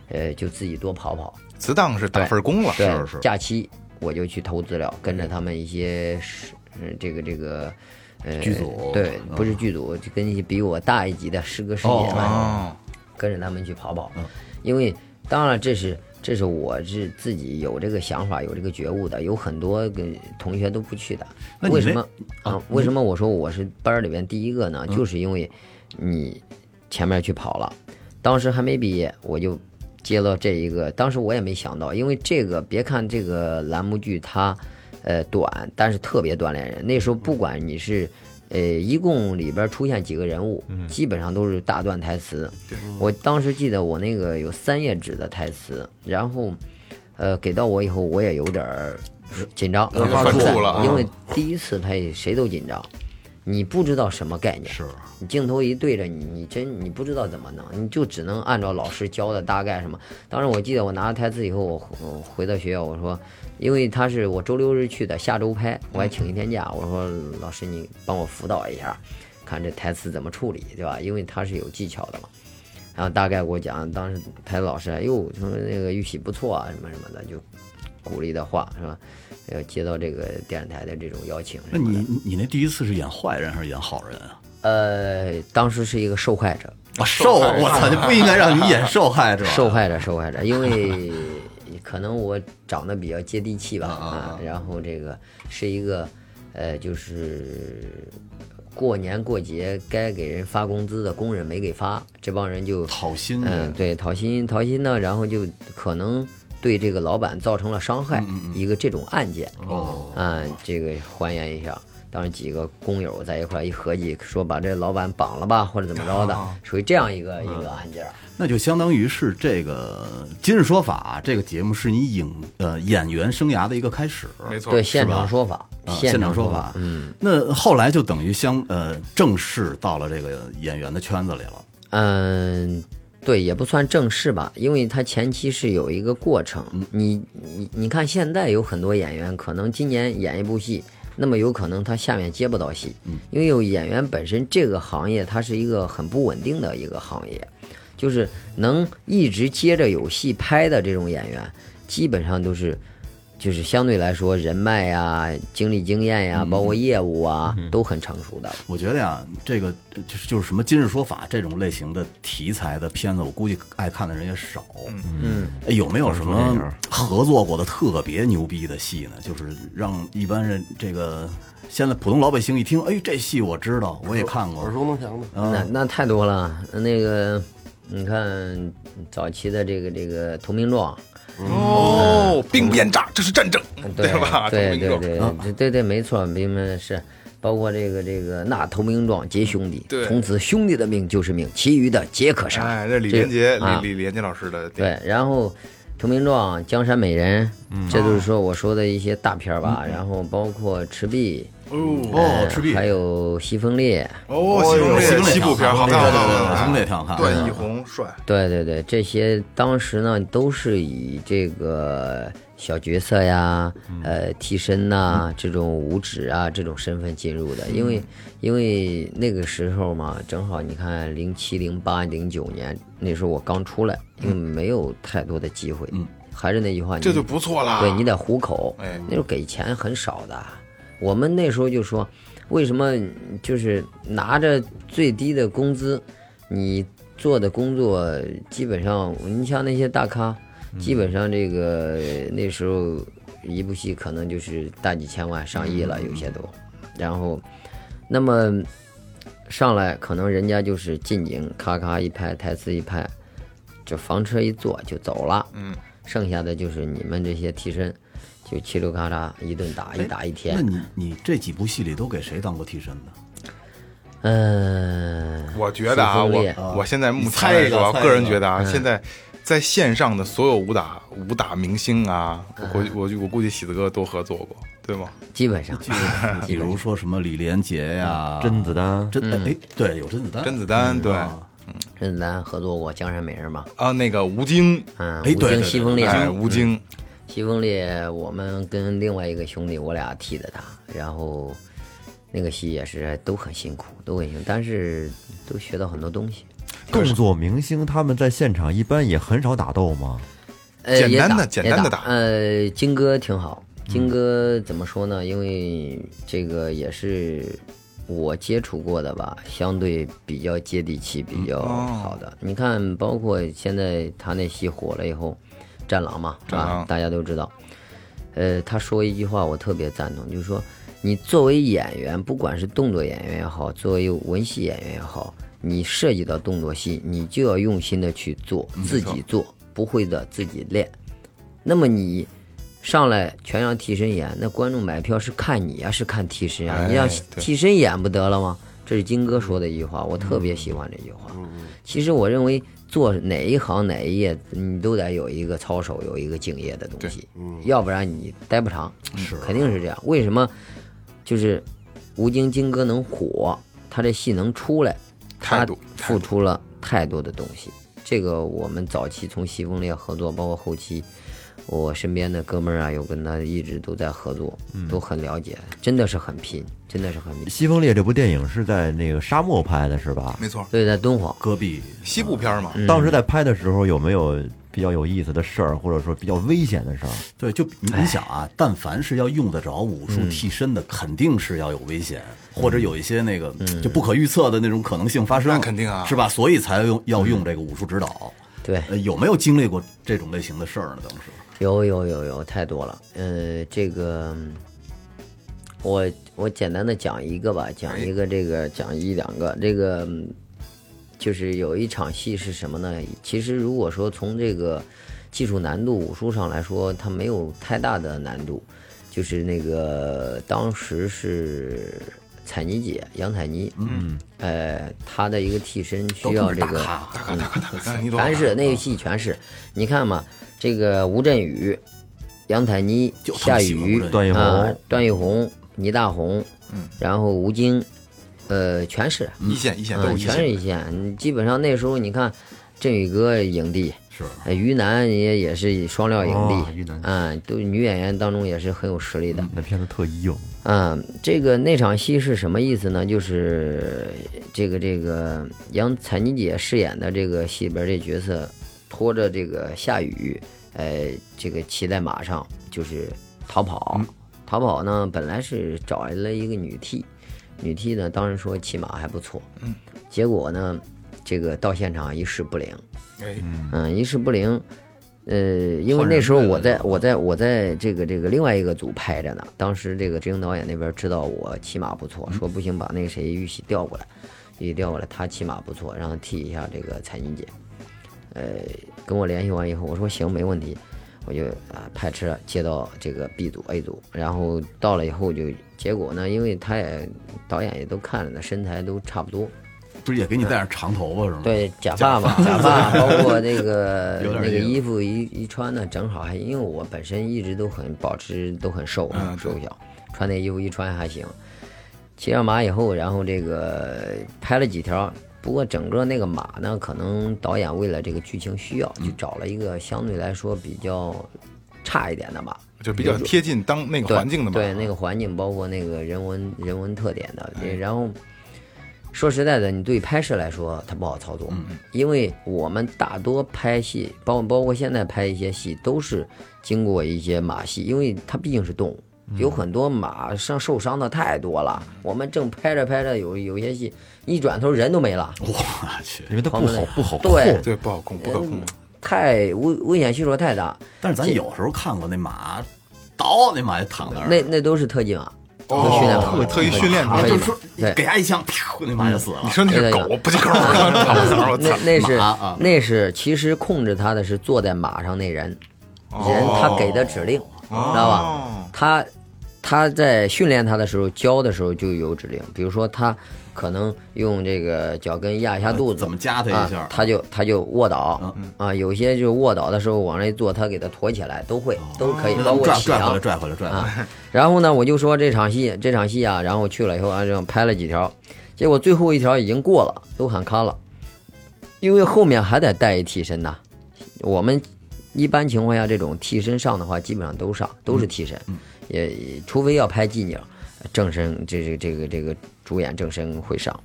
Speaker 6: 呃，就自己多跑跑。
Speaker 3: 自当是打份工了，
Speaker 6: 对，
Speaker 5: 嗯是嗯
Speaker 6: 假期我就去投资料，跟着他们一些是呃这个这个。呃，
Speaker 5: 剧组
Speaker 6: 对，
Speaker 5: 嗯
Speaker 6: 不是剧组，就跟一些比我大一级的师哥师姐们，
Speaker 3: 哦，
Speaker 6: 跟着他们去跑跑，
Speaker 5: 嗯
Speaker 6: 因为当然这是这是我是自己有这个想法有这个觉悟的，有很多个同学都不去的。
Speaker 5: 那你
Speaker 6: 为什
Speaker 5: 那
Speaker 6: 么啊？为什么我说我是班儿里边第一个呢？
Speaker 5: 嗯
Speaker 6: 就是因为你前面去跑了，当时还没毕业，我就接了这一个，当时我也没想到，因为这个别看这个栏目剧它呃短，但是特别锻炼人。那时候不
Speaker 3: 嗯
Speaker 6: 管你是。呃，一共里边出现几个人物，
Speaker 3: 嗯
Speaker 6: 基本上都是大段台词。我当时记得我那个有三页纸的台词，然后，呃，给到我以后，我也有点儿紧张，
Speaker 3: 嗯有点犯怵了啊
Speaker 6: 因为第一次拍谁都紧张，你不知道什么概念，
Speaker 5: 是
Speaker 6: 你镜头一对着你，你真你不知道怎么弄，你就只能按照老师教的大概什么。当时我记得我拿了台词以后，我回我回到学校，我说，因为他是我周六日去的，下周拍，
Speaker 5: 嗯
Speaker 6: 我还请一天假，我说老师你帮我辅导一下，看这台词怎么处理，对吧？因为他是有技巧的嘛。然后大概给我讲，当时台词老师哎呦，他说那个玉玺不错啊，什么什么的，就鼓励的话是吧？要接到这个电视台的这种邀请
Speaker 5: 那
Speaker 6: 什么的，
Speaker 5: 你你那第一次是演坏人还是演好人啊？
Speaker 6: 呃，当时是一个受害者，
Speaker 5: 啊受，我操，就不应该让你演受害者。
Speaker 6: 啊受害者，受害 者，因为可能我长得比较接地气吧，啊，然后这个是一个，呃，就是过年过节该给人发工资的工人没给发，这帮人就
Speaker 5: 讨啊薪
Speaker 6: 嗯，
Speaker 5: 的，
Speaker 6: 对，讨薪讨薪呢，然后就可能对这个老板造成了伤害，一个这种案件。嗯哦，啊、这个还原一下，当时几个工友在一块儿一合计，说把这老板绑了吧，或者怎么着的，属于这样一个、一个案件儿。
Speaker 5: 那就相当于是这个《今日说法》这个节目是你影呃演员生涯的一个开始。
Speaker 3: 没错，
Speaker 6: 对，现场说法，
Speaker 5: 啊
Speaker 6: 现
Speaker 5: 场
Speaker 6: 说
Speaker 5: 法，
Speaker 6: 嗯，，
Speaker 5: 那后来就等于相呃正式到了这个演员的圈子里了，
Speaker 6: 嗯，对，也不算正式吧，因为他前期是有一个过程。你你你看，现在有很多演员，可能今年演一部戏，那么有可能他下面接不到戏，因为有演员本身这个行业它是一个很不稳定的一个行业，就是能一直接着有戏拍的这种演员，基本上都是。就是相对来说，人脉呀、经历经验呀、包括业务啊，都很成熟的。
Speaker 5: 我觉得呀，这个呃就是就是什么今日说法这种类型的题材的片子，我估计爱看的人也少。
Speaker 6: 嗯，
Speaker 5: 哎有没有什么合作过的特别牛逼的戏呢？就是让一般人这个现在普通老百姓一听，哎，这戏我知道，我也看过
Speaker 4: 耳。熟能详的。
Speaker 5: 嗯
Speaker 6: 那那太多了。那个，你看早期的这个这个投名状，
Speaker 3: 哦，兵变炸，这是战争，
Speaker 6: 对
Speaker 3: 吧？
Speaker 6: 嗯对
Speaker 3: 同
Speaker 6: 对
Speaker 3: 名
Speaker 6: 对
Speaker 5: 嗯
Speaker 6: 对对对，没错，兵们是包括这个这个那投名状结兄弟
Speaker 3: 对，
Speaker 6: 从此兄弟的命就是命，其余的皆可杀。
Speaker 3: 哎，这李连杰，
Speaker 6: 这啊
Speaker 3: 李李连杰老师的电影，
Speaker 6: 对，然后《投名
Speaker 5: 嗯
Speaker 6: 状》《江山美人》，这都是说我说的一些大片儿吧。然后包括《赤壁》
Speaker 5: 哦，嗯赤壁
Speaker 6: 还有西风烈，
Speaker 3: 哦，西部片
Speaker 5: 西风烈
Speaker 3: 西部片好
Speaker 5: 对
Speaker 3: 看，
Speaker 5: 对
Speaker 3: 好看，
Speaker 5: 对对，对
Speaker 3: 好
Speaker 5: 兄弟也
Speaker 3: 看。
Speaker 5: 挺好看。
Speaker 3: 段奕宏帅，
Speaker 6: 对对对，这些当时呢都是以这个小角色呀、
Speaker 3: 嗯
Speaker 6: 呃替身呐、这种武指啊这种身份进入的，因
Speaker 3: 嗯
Speaker 6: 为因为那个时候嘛，正好你看零七、零八、零九年那时候我刚出来，因为没有太多的机会。还是那句话，
Speaker 3: 嗯
Speaker 6: 你
Speaker 3: 这就不错啦。
Speaker 6: 对你得糊口，
Speaker 3: 哎
Speaker 6: 那时候给钱很少的。我们那时候就说，为什么就是拿着最低的工资，你做的工作基本上，你像那些大咖，
Speaker 5: 嗯
Speaker 6: 基本上这个那时候一部戏可能就是大几千万、上亿
Speaker 5: 嗯
Speaker 6: 了，有些都。然后，那么上来可能人家就是近景，咔咔一拍，台词一拍，这房车一坐就走了。嗯，剩下的就是你们这些替身，就嘁溜咔嚓一顿打，一打一
Speaker 5: 哎那
Speaker 6: 天。
Speaker 5: 你你这几部戏里都给谁当过替身呢？
Speaker 6: 嗯，
Speaker 3: 我觉得啊，
Speaker 6: 西风烈
Speaker 3: 我我现在目前
Speaker 5: 猜
Speaker 3: 来
Speaker 5: 一个
Speaker 3: 说，
Speaker 5: 猜一
Speaker 3: 个人
Speaker 5: 个
Speaker 3: 觉得啊，现在在线上的所有武打武打明星啊，
Speaker 5: 嗯
Speaker 3: 我估计我就我估计喜子哥都合作过，对吗？
Speaker 6: 基 本上，
Speaker 5: 比如说什么李连杰
Speaker 3: 嗯
Speaker 5: 呀、
Speaker 1: 甄子丹，
Speaker 5: 甄
Speaker 6: 嗯
Speaker 5: 哎对，有甄子丹，
Speaker 3: 甄子丹对
Speaker 5: 啊
Speaker 6: 跟咱合作过《江山美人》嘛。
Speaker 3: 啊，那个吴京，
Speaker 6: 嗯，
Speaker 5: 哎对
Speaker 6: 吴
Speaker 5: 对
Speaker 6: 京、嗯
Speaker 5: 对
Speaker 6: 西风烈，
Speaker 3: 哎，吴京，
Speaker 6: 西风烈，我们跟另外一个兄弟，我俩替的他，然后那个戏也是都很辛苦，都很辛苦，但是都学到很多东西。
Speaker 1: 动作明星他们在现场一般也很少打斗嘛。
Speaker 6: 呃，
Speaker 3: 简
Speaker 6: 也
Speaker 3: 单的
Speaker 6: 打
Speaker 3: 简
Speaker 6: 也
Speaker 3: 单的
Speaker 6: 打
Speaker 3: 打
Speaker 6: 呃，金哥挺好。金哥怎么说呢？因为这个也是我接触过的吧，相对比较接地气，比较好的。
Speaker 3: 嗯
Speaker 6: 你看，包括现在他那戏火了以后，《战狼》嘛，
Speaker 3: 战
Speaker 6: 啊
Speaker 3: 狼，
Speaker 6: 大家都知道。呃，他说一句话我特别赞同，就是说，你作为演员，不管是动作演员也好，作为文戏演员也好，你涉及到动作戏，你就要用心的去做，自己做，不会的自己练。那么你上来全让替身演，那观众买票是看你啊，是看替身啊，
Speaker 3: 哎
Speaker 6: 你让
Speaker 3: 对
Speaker 6: 替身演不得了吗？这是金哥说的一句话，我特别喜欢这句话。
Speaker 3: 嗯
Speaker 6: 其实我认为做哪一行哪一业，你都得有一个操守，有一个敬业的东
Speaker 3: 嗯
Speaker 6: 西，
Speaker 4: 嗯
Speaker 6: 要不然你待不长，是肯定是这样。为什么就是吴京金哥能火，他这戏能出来，
Speaker 3: 态
Speaker 6: 他
Speaker 3: 度态
Speaker 6: 付出了太多的东西。这个我们早期从西风烈合作，包括后期。我身边的哥们儿啊，有跟他一直都在合作，
Speaker 3: 嗯
Speaker 6: 都很了解，真的是很拼，真的是很拼。
Speaker 1: 《西风烈》这部电影是在那个沙漠拍的，是吧？
Speaker 3: 没错，
Speaker 6: 对，在敦煌，
Speaker 5: 戈壁，
Speaker 3: 西部片嘛，
Speaker 1: 当时在拍的时候有没有比较有意思的事儿，或者说比较危险的事儿？
Speaker 5: 对，就你
Speaker 6: 哎
Speaker 5: 你想啊，但凡是要用得着武
Speaker 3: 嗯
Speaker 5: 术替身的，肯定是要有危险，或者有一些那个就不可预测的那种可能性发生，
Speaker 3: 嗯那肯定啊嗯
Speaker 5: 是吧？所以才用要用这个武术指导。
Speaker 6: 对，
Speaker 5: 呃有没有经历过这种类型的事儿呢？当时
Speaker 6: 有有有有，太多了。呃，这个嗯我我简单的讲一个吧，讲一个这个讲一两个这个。嗯就是有一场戏是什么呢？其实如果说从这个技术难度、武术上来说，它没有太大的难度。就是那个当时是彩妮姐杨彩妮，嗯，呃，她的一个替身需要这个，嗯
Speaker 3: 大咖大咖大咖， 你懂
Speaker 6: 全是那个戏 全是，你看嘛，这个吴镇宇、杨采妮、
Speaker 5: 就他
Speaker 6: 夏
Speaker 5: 们喜欢吴
Speaker 6: 雨
Speaker 5: 镇宇、嗯
Speaker 1: 段奕宏
Speaker 6: 啊、段奕宏、倪大红，然后吴京，呃，全是，
Speaker 3: 一线一线都
Speaker 6: 嗯，
Speaker 3: 一
Speaker 6: 全是
Speaker 3: 线，
Speaker 6: 一线。你基本上那时候你看，振宇哥影帝
Speaker 5: 是
Speaker 6: 呃于楠也也是双料影
Speaker 1: 哦
Speaker 6: 帝，
Speaker 1: 于楠
Speaker 6: 嗯，都女演员当中也是很有实力的。
Speaker 1: 那片子特硬，
Speaker 6: 嗯，这个那场戏是什么意思呢？就是这个这个杨采妮姐饰演的这个戏里边这角色，拖着这个夏雨，呃，这个骑在马上就是逃跑。逃跑呢，本来是找来了一个女替，女替呢当时说骑马还不错，嗯，结果呢，这个到现场一试不灵，
Speaker 3: 哎，
Speaker 6: 嗯，一事不灵。呃，因为那时候我在我在我在这个这个另外一个组拍着呢，当时这个执行导演那边知道我骑马不错，说不行把那个谁玉玺调过来，玉玺调过来，他骑马不错，让他替一下这个彩妮姐。呃，跟我联系完以后，我说行，没问题，我就啊派车接到这个 B 组 A 组，然后到了以后就结果呢，因为他也导演也都看了呢，身材都差不多，
Speaker 5: 不是也给你戴上长头发是吗？，
Speaker 6: 对，假发嘛，假发，包 括那个
Speaker 5: 有点
Speaker 6: 那个
Speaker 5: 意思
Speaker 6: 衣服一一穿呢，正好还因为我本身一直都很保持都很瘦
Speaker 3: 嗯
Speaker 6: 瘦小，穿那衣服一穿还行。骑上马以后，然后这个拍了几条。不过整个那个马呢，可能导演为了这个剧情需要，
Speaker 5: 嗯
Speaker 6: 就找了一个相对来说比较差一点的马，
Speaker 3: 就比较贴近当那个
Speaker 6: 对
Speaker 3: 环境的嘛。嗯
Speaker 6: 对那个环境，包括那个人文人文特点的。
Speaker 3: 哎
Speaker 6: 对然后说实在的，你对拍摄来说它不好操作，
Speaker 3: 嗯
Speaker 6: 因为我们大多拍戏，包包括现在拍一些戏，都是经过一些马戏，因为它毕竟是动物。
Speaker 3: 嗯
Speaker 6: 有很多马上受伤的太多了，我们正拍着拍着有有些戏，一转头人都没了，
Speaker 5: 我去，
Speaker 1: 因为它
Speaker 6: 旁
Speaker 1: 不
Speaker 6: 边
Speaker 1: 好
Speaker 6: 那个
Speaker 1: 不好控。
Speaker 6: 对，
Speaker 3: 对，不好控，不可控。
Speaker 6: 太危危险系数太大，
Speaker 5: 但是咱有时候看过那马倒，那马就躺
Speaker 3: 嗯
Speaker 5: 那儿，
Speaker 6: 那那都是特技马，
Speaker 3: 哦
Speaker 6: 训练
Speaker 3: 特特意训练出
Speaker 5: 啊，
Speaker 3: 来
Speaker 6: 对
Speaker 5: 就
Speaker 3: 的
Speaker 5: 是。说
Speaker 6: 对嗯
Speaker 5: 给他一枪，啪，那马就死了
Speaker 3: 你。说那是狗，不是狗， 我
Speaker 6: 那
Speaker 3: 操！
Speaker 6: 那是
Speaker 5: 马啊
Speaker 6: 那是，其实控制他的是坐在马上那人，
Speaker 5: 哦
Speaker 6: 人他给的指令，知道吧？
Speaker 3: 哦，
Speaker 6: 他他在训练他的时候，教的时候就有指令，比如说他可能用这个脚跟压一下肚子，
Speaker 5: 怎么夹他一下嗯
Speaker 6: 啊他就他就卧倒啊，有些就是卧倒的时候往那一坐，他给他驮起来都会，都可以，
Speaker 5: 哦那
Speaker 6: 包括
Speaker 5: 拽
Speaker 6: 起
Speaker 5: 拽回
Speaker 6: 航
Speaker 5: 来，，拽回来，拽回来。
Speaker 6: 啊。然后呢，我就说这场戏，这场戏啊，然后去了以后，啊，这样拍了几条，结果最后一条已经过了，都喊卡了，因为后面还得带一替身呐。我们一般情况下，这种替身上的话，基本上都上，都是替身，也也除非要拍寂静，正身这这这个这个主演正身会上。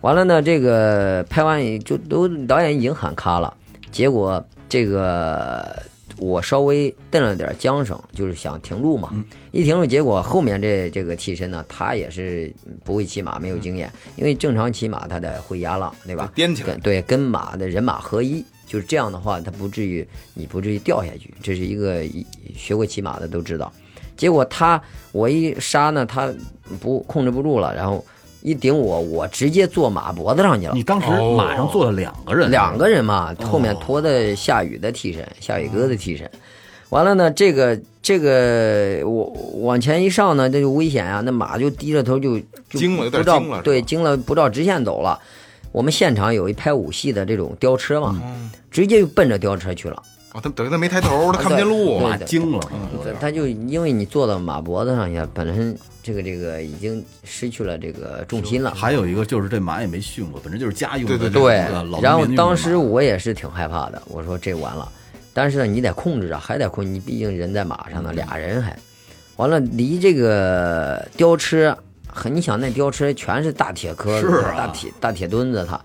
Speaker 6: 完了呢，这个拍完也就都导演已经喊咔了，结果这个我稍微瞪了点缰绳，就是想停住嘛。一停住，结果后面这这个替身呢，他也是不会骑马，没有经验，因为正常骑马他得会压浪，对吧？
Speaker 3: 得颠起来
Speaker 6: 跟对，跟马的人马合一，就是这样的话，他不至于你不至于掉下去。这是一个一学过骑马的都知道。结果他我一刹呢，他不控制不住了，然后一顶我，我直接坐马脖子上去了
Speaker 5: 你。当时马上坐了两个人，
Speaker 6: 两个人嘛，
Speaker 3: 哦
Speaker 6: 后面拖的夏雨的替身，夏雨哥的替身。完了呢，这个这个我往前一上呢，这就危险啊！那马就低着头就就
Speaker 3: 惊了有
Speaker 6: 不
Speaker 3: 点
Speaker 6: 照
Speaker 3: 惊了是吧
Speaker 6: 对，惊了不照直线走了。我们现场有一拍武戏的这种吊车嘛，
Speaker 3: 嗯
Speaker 6: 直接就奔着吊车去了。
Speaker 3: 哦他等于他没抬头，他看不见路
Speaker 6: 对。
Speaker 5: 马惊了，
Speaker 3: 哦
Speaker 6: 他他就因为你坐到马脖子上去，本身这个这个已经失去了这个重心了。
Speaker 5: 还有一个就是这马也没训过，本身就是家用的
Speaker 3: 对对
Speaker 5: 这
Speaker 6: 对
Speaker 5: 个老农民用的马，
Speaker 6: 然后当时我也是挺害怕的，我说这完了，但是呢，你得控制啊，还得控制，你毕竟人在马
Speaker 5: 嗯
Speaker 6: 上呢，俩人还，完了离这个吊车，很你想那吊车全是大铁壳子，
Speaker 5: 是啊
Speaker 6: 大铁大铁墩子它，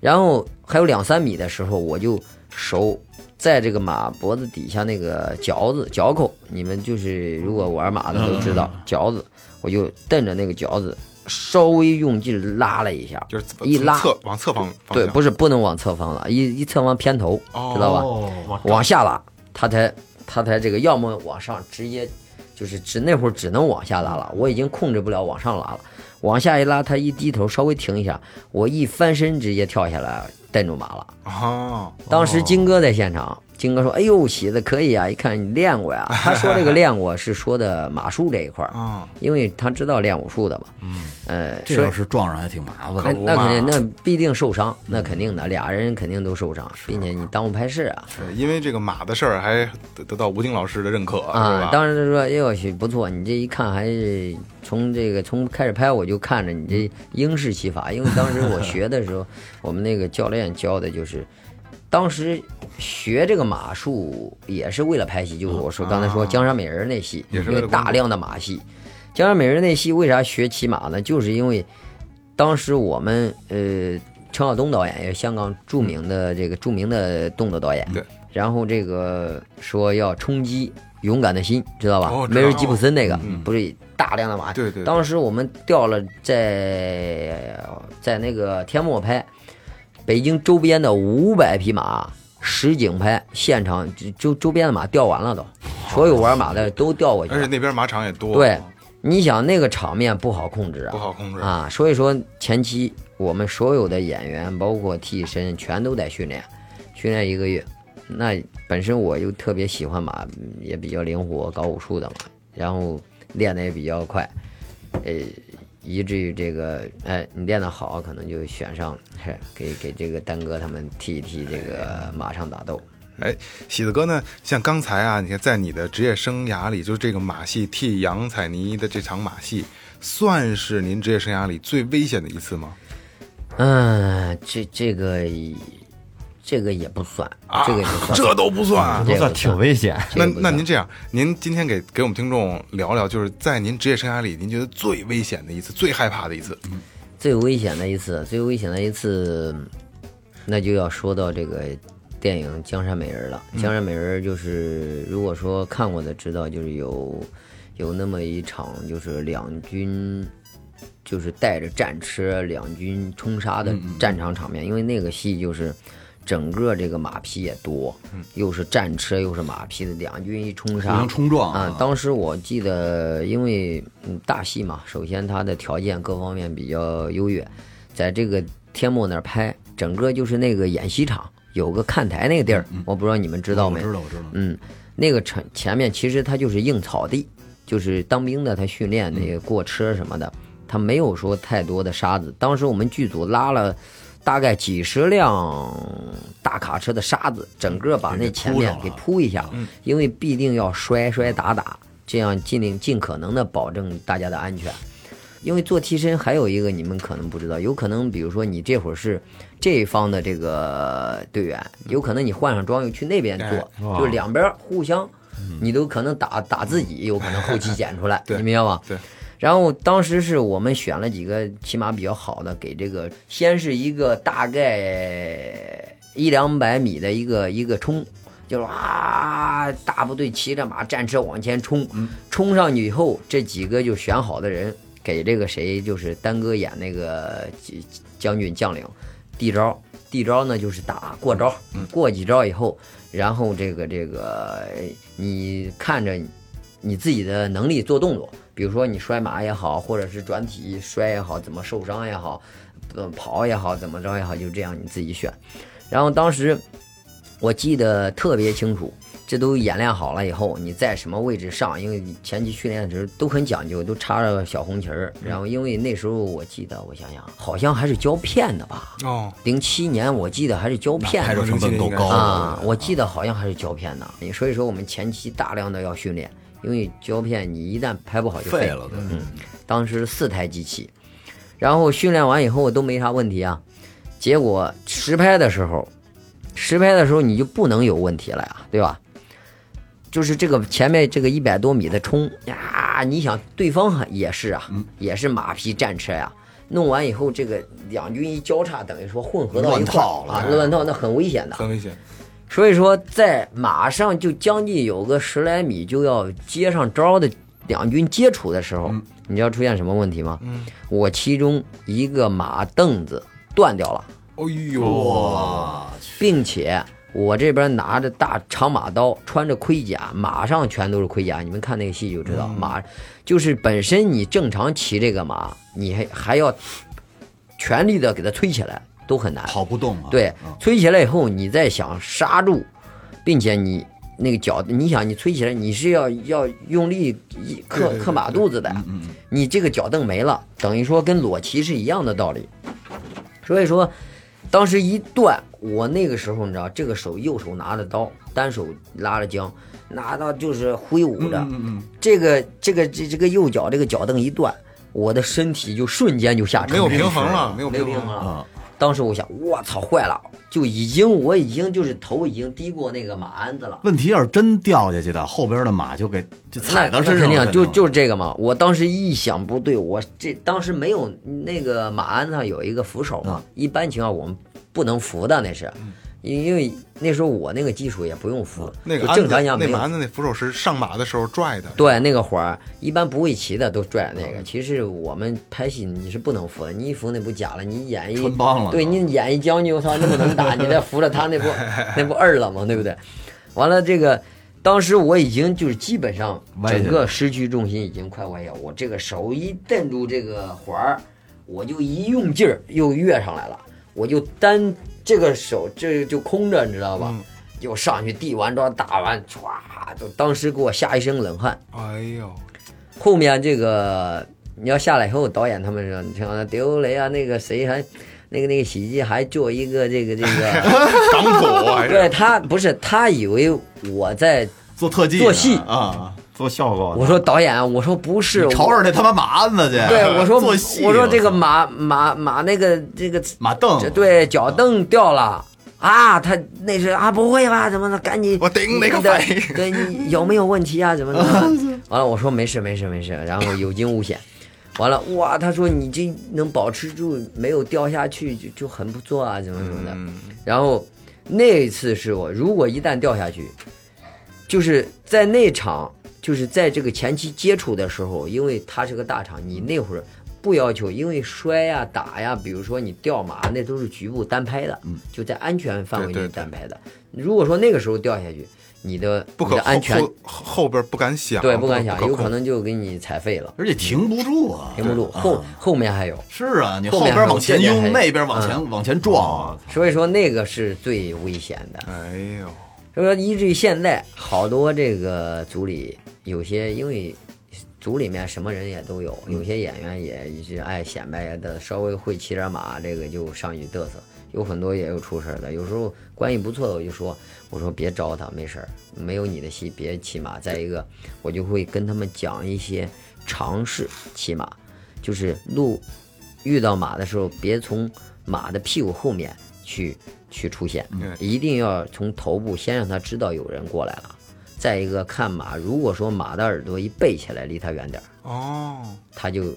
Speaker 6: 然后还有两三米的时候，我就手在这个马脖子底下那个嚼子嚼口，你们就是如果玩马的都知道
Speaker 5: 嗯
Speaker 6: 嚼子，我就瞪着那个嚼子。稍微用劲拉了一下，
Speaker 3: 就是
Speaker 6: 一
Speaker 3: 从
Speaker 6: 拉
Speaker 3: 侧往侧方方
Speaker 6: 对，
Speaker 3: 向
Speaker 6: 不是不能往侧方了，一一侧方偏头，
Speaker 3: 哦
Speaker 6: 知道吧？往下拉，他才他才这个，要么往上直接就是只那会儿只能往下拉了，我已经控制不了往上拉了，往下一拉，他一低头稍微停一下，我一翻身直接跳下来，蹬住马了。
Speaker 3: 哦，
Speaker 6: 当时金哥在现场，金哥说：“哎呦，喜子可以啊，一看你练过呀。”他说这个练过是说的马术这一块儿，
Speaker 3: 啊
Speaker 6: 因为他知道练武术的嘛。嗯，呃，
Speaker 5: 这
Speaker 6: 说
Speaker 5: 要是撞上还挺麻
Speaker 6: 那
Speaker 5: 烦的。
Speaker 6: 那肯定，那必定受伤，那肯定的，俩人肯定都受伤，并且你耽误拍摄啊
Speaker 3: 对因为这个马的事儿还得得到吴京老师的认可，是
Speaker 6: 啊！
Speaker 3: 吧？
Speaker 6: 当时就说，哎呦我去，不错，你这一看还是从这个从开始拍我就看着你这英式骑法，因为当时我学的时 候，我们那个教练教的就是，当时学这个马术也是为了拍戏，就是我说刚才说
Speaker 3: 啊
Speaker 6: 《江山美人》那戏，
Speaker 3: 也是
Speaker 6: 因
Speaker 3: 为
Speaker 6: 为
Speaker 3: 了工
Speaker 6: 大
Speaker 3: 作
Speaker 6: 量的马戏，《江山美人》那戏为啥学骑马呢？就是因为当时我们呃，陈晓东导演也是香港著名的这个著名的动作导演，
Speaker 3: 嗯对。
Speaker 6: 然后这个说要冲击勇敢的心，知道吧？
Speaker 3: 哦知道嗯
Speaker 6: 梅尔吉普森那个、不是大量的马，
Speaker 3: 对对对
Speaker 6: 当时我们调了在在那个天漠拍，北京周边的五百匹马。实景拍，现场周周边的马调完了都，所有玩马的都调过去
Speaker 3: 哦
Speaker 6: 了
Speaker 3: 而且。那边马场也多，
Speaker 6: 对，你想那个场面不好控制啊，
Speaker 3: 不好控制。
Speaker 6: 啊，所以说前期我们所有的演员，包括替身，全都在训练，训练一个月。那本身我又特别喜欢马，嗯也比较灵活，搞武术的嘛，然后练的也比较快，呃，以至于这个，哎，你练得好，可能就选上，是给给这个丹哥他们踢一踢这个马上打斗。
Speaker 3: 哎，喜子哥呢？像刚才啊，你看在你的职业生涯里，就是这个马戏替杨采妮的这场马戏，算是您职业生涯里最危险的一次吗？
Speaker 6: 嗯，这这个这个也不算，这个也不算，
Speaker 3: 啊这都不算。啊
Speaker 1: 都
Speaker 6: 这个
Speaker 1: 算
Speaker 6: 不
Speaker 1: 挺危险。
Speaker 3: 嗯
Speaker 6: 这
Speaker 3: 那
Speaker 6: 个不
Speaker 3: 那
Speaker 6: 算
Speaker 3: 您这样，您今天给给我们听众聊聊，就是在您职业生涯里，您觉得最危险的一次、最害怕的一次，
Speaker 6: 最危险的一次，最危险的一次，那就要说到这个电影《江山美人》了。江山美人》就是，如果说看过的知道，就是有有那么一场，就是两军就是带着战车两军冲杀的战场场面，因为那个戏就是。整个这个马匹也多，又是战车又是马匹的两军一冲
Speaker 5: 互
Speaker 6: 杀，
Speaker 5: 相冲撞
Speaker 6: 啊！当时我记得，因为嗯大戏嘛，首先它的条件各方面比较优越，在这个天幕那儿拍，整个就是那个演习场有个看台那个地儿，我不知道你们知
Speaker 5: 嗯
Speaker 6: 道
Speaker 5: 我
Speaker 6: 没？
Speaker 5: 知道，我知道。
Speaker 6: 嗯，那个前前面其实它就是硬草地，就是当兵的他训练那个过车什么的，他没有说太多的沙子。当时我们剧组拉了大概几十辆大卡车的沙子，整个把那前面给铺一下，因为必定要摔摔打打，这样尽力尽可能的保证大家的安全。因为做替身还有一个你们可能不知道，有可能比如说你这会儿是这一方的这个队员，有可能你换上装又去那边
Speaker 3: 哎
Speaker 6: 做，
Speaker 3: 哦
Speaker 6: 就是两边互相，你都可能打打自己，有可能后期剪出来，
Speaker 3: 嗯对
Speaker 6: 你明白吗？
Speaker 3: 对。
Speaker 6: 然后当时是我们选了几个起码比较好的，给这个先是一个大概一两百米的一个一个冲，就是啊，大部队骑着马战车往前冲，冲上去以后，这几个就选好的人给这个谁，就是丹哥演那个将将军将领，递招，递招呢就是打过招，过几招以后，然后这个这个你看着你自己的能力做动作，比如说你摔马也好，或者是转体摔也好，怎么受伤也好，呃，跑也好，怎么着也好，就这样你自己选。然后当时我记得特别清楚，这都演练好了以后，你在什么位置上？因为你前期训练的时候都很讲究，都插着小红旗儿。然后因为那时候我记得，我想想，好像还是胶片的吧？
Speaker 3: 哦，
Speaker 6: 零七年我记得还是胶片
Speaker 5: 拍
Speaker 6: 的
Speaker 5: 摄成本够高
Speaker 6: 啊，我记得好像还是胶片呢。所以说我们前期大量的要训练，因为胶片你一旦拍不好就
Speaker 5: 废了都。
Speaker 6: 嗯，当时四台机器，然后训练完以后都没啥问题啊。结果实拍的时候，实拍的时候你就不能有问题了呀，对吧？就是这个前面这个一百多米的冲呀，你想对方也是啊，也是马匹战车呀。弄完以后，这个两军一交叉，等于说混合到一块儿啊，乱套那很危险的。
Speaker 3: 很危险。
Speaker 6: 所以说，在马上就将近有个十来米就要接上招的两军接触的时候，你知道出现什么问题吗？我其中一个马凳子断掉了，
Speaker 3: 哎呦，
Speaker 6: 并且我这边拿着大长马刀，穿着盔甲，马上全都是盔甲。你们看那个戏就知道，马就是本身你正常骑这个马，你还还要全力的给它推起来，都很难。
Speaker 5: 跑不动啊！
Speaker 6: 对
Speaker 5: 嗯，
Speaker 6: 吹起来以后，你再想刹住，并且你那个脚，你想你吹起来，你是要要用力一克克马肚子的
Speaker 3: 嗯
Speaker 6: 呀，你这个脚蹬没了，等于说跟裸骑是一样的道理。所以说，当时一断，我那个时候你知道，这个手右手拿着刀，单手拉着缰，拿到就是挥舞着，
Speaker 3: 嗯
Speaker 6: 这个这个这这个右脚这个脚蹬一断，我的身体就瞬间就下沉，
Speaker 3: 没有平衡了，没有
Speaker 6: 没有
Speaker 3: 平
Speaker 6: 平衡
Speaker 3: 衡了。
Speaker 6: 了。啊当时我想，我操，坏了，就已经我已经就是头已经低过那个马鞍子了。
Speaker 5: 问题要是真掉下去的，后边的马就给就踩到身
Speaker 6: 那
Speaker 5: 上
Speaker 6: 肯
Speaker 3: 啊
Speaker 5: 了，啊
Speaker 6: 定就就是这个嘛。我当时一想不对，我这当时没有那个马鞍上有一个扶手
Speaker 3: 嗯
Speaker 6: 嘛，一般情况我们不能扶的那是，因因为那时候我那个技术也不用扶，
Speaker 3: 嗯那个
Speaker 6: 就
Speaker 3: 鞍
Speaker 6: 正
Speaker 3: 子，
Speaker 6: 常讲
Speaker 3: 那
Speaker 6: 没有
Speaker 3: 蛮子那扶手是上马的时候拽的，
Speaker 6: 对，那个环儿一般不会骑的都拽那
Speaker 5: 嗯
Speaker 6: 个。其实我们拍戏你是不能扶的，你一扶那不假了，你演一
Speaker 5: 穿帮了
Speaker 6: 对
Speaker 5: 都
Speaker 6: 你演一将军，我操，那么 能打，你再扶着他那不那不二了吗？对不对？完了这个。当时我已经就是基本上
Speaker 5: 歪下
Speaker 6: 整
Speaker 5: 去
Speaker 6: 个失去重心，已经快歪下。我这个手一蹬住这个环儿，我就一用劲儿又跃上来了，我就单这个手这就空着，你知道吧？
Speaker 5: 嗯
Speaker 6: 又上去递完招打完，歘，就当时给我吓一身冷汗。
Speaker 3: 哎呦，
Speaker 6: 后面这个你要下来以后，导演他们说，你像刘雷啊，那个谁还，那个那个喜剧还做一个这个 这个，
Speaker 3: 啊港股还是
Speaker 6: 对他不是他以为我在
Speaker 5: 做特技呢
Speaker 6: 做戏
Speaker 5: 啊，
Speaker 1: 做效果的。
Speaker 6: 我说导演，啊我说不是，
Speaker 5: 瞅
Speaker 6: 我
Speaker 5: 瞅那他妈马鞍子去，
Speaker 6: 对，我说
Speaker 5: 做戏，
Speaker 6: 我说这个马马马那个这个
Speaker 5: 马凳，
Speaker 3: 哦
Speaker 6: 这对脚蹬掉了啊，他那是啊不会吧？怎么的？赶紧
Speaker 3: 我顶
Speaker 6: 你
Speaker 3: 哪个
Speaker 6: 的
Speaker 3: 肺
Speaker 6: 对你有没有问题 啊？怎么怎么？完了，我说没事没事没事，然后有惊无险。完了哇，他说你这能保持住没有掉下去就就很不错啊，怎么怎么的。然后那次是我如果一旦掉下去，就是在那场，就是在这个前期接触的时候，因为它是个大场，你那会儿不要求，因为摔呀、打呀，比如说你掉马，那都是局部单拍的，
Speaker 3: 嗯
Speaker 6: 就在安全范围
Speaker 3: 对对
Speaker 6: 内
Speaker 3: 对
Speaker 6: 单拍的。如果说那个时候掉下去，你的
Speaker 3: 不
Speaker 6: 你
Speaker 3: 可
Speaker 6: 的安全
Speaker 3: 后后后边不敢想，
Speaker 6: 对不敢想，
Speaker 3: 不
Speaker 6: 有
Speaker 3: 控
Speaker 6: 可能就给你踩废了，
Speaker 5: 而且停不住啊，
Speaker 6: 停不住。
Speaker 3: 嗯
Speaker 6: 后后面还有，
Speaker 5: 是啊，你
Speaker 6: 后
Speaker 5: 后
Speaker 6: 面
Speaker 5: 边往前
Speaker 6: 还
Speaker 5: 拥，
Speaker 6: 有嗯哦
Speaker 5: 那边往前往前撞啊，
Speaker 6: 所以说那个是最危险的。
Speaker 3: 哎呦，
Speaker 6: 所以说，以至于现在好多这个组里有些，因为组里面什么人也都有，有些演员也是爱显摆的，稍微会骑点马，这个就上去嘚瑟。有很多也有出事儿的，有时候关系不错的，我就说，我说别招他，没事儿，没有你的戏别骑马。再一个，我就会跟他们讲一些常识，骑马就是路遇到马的时候，别从马的屁股后面去去出现，
Speaker 4: 嗯
Speaker 6: 一定要从头部先让他知道有人过来了。再一个，看马，如果说马的耳朵一背起来，离他远点儿，
Speaker 3: 哦，
Speaker 6: 他就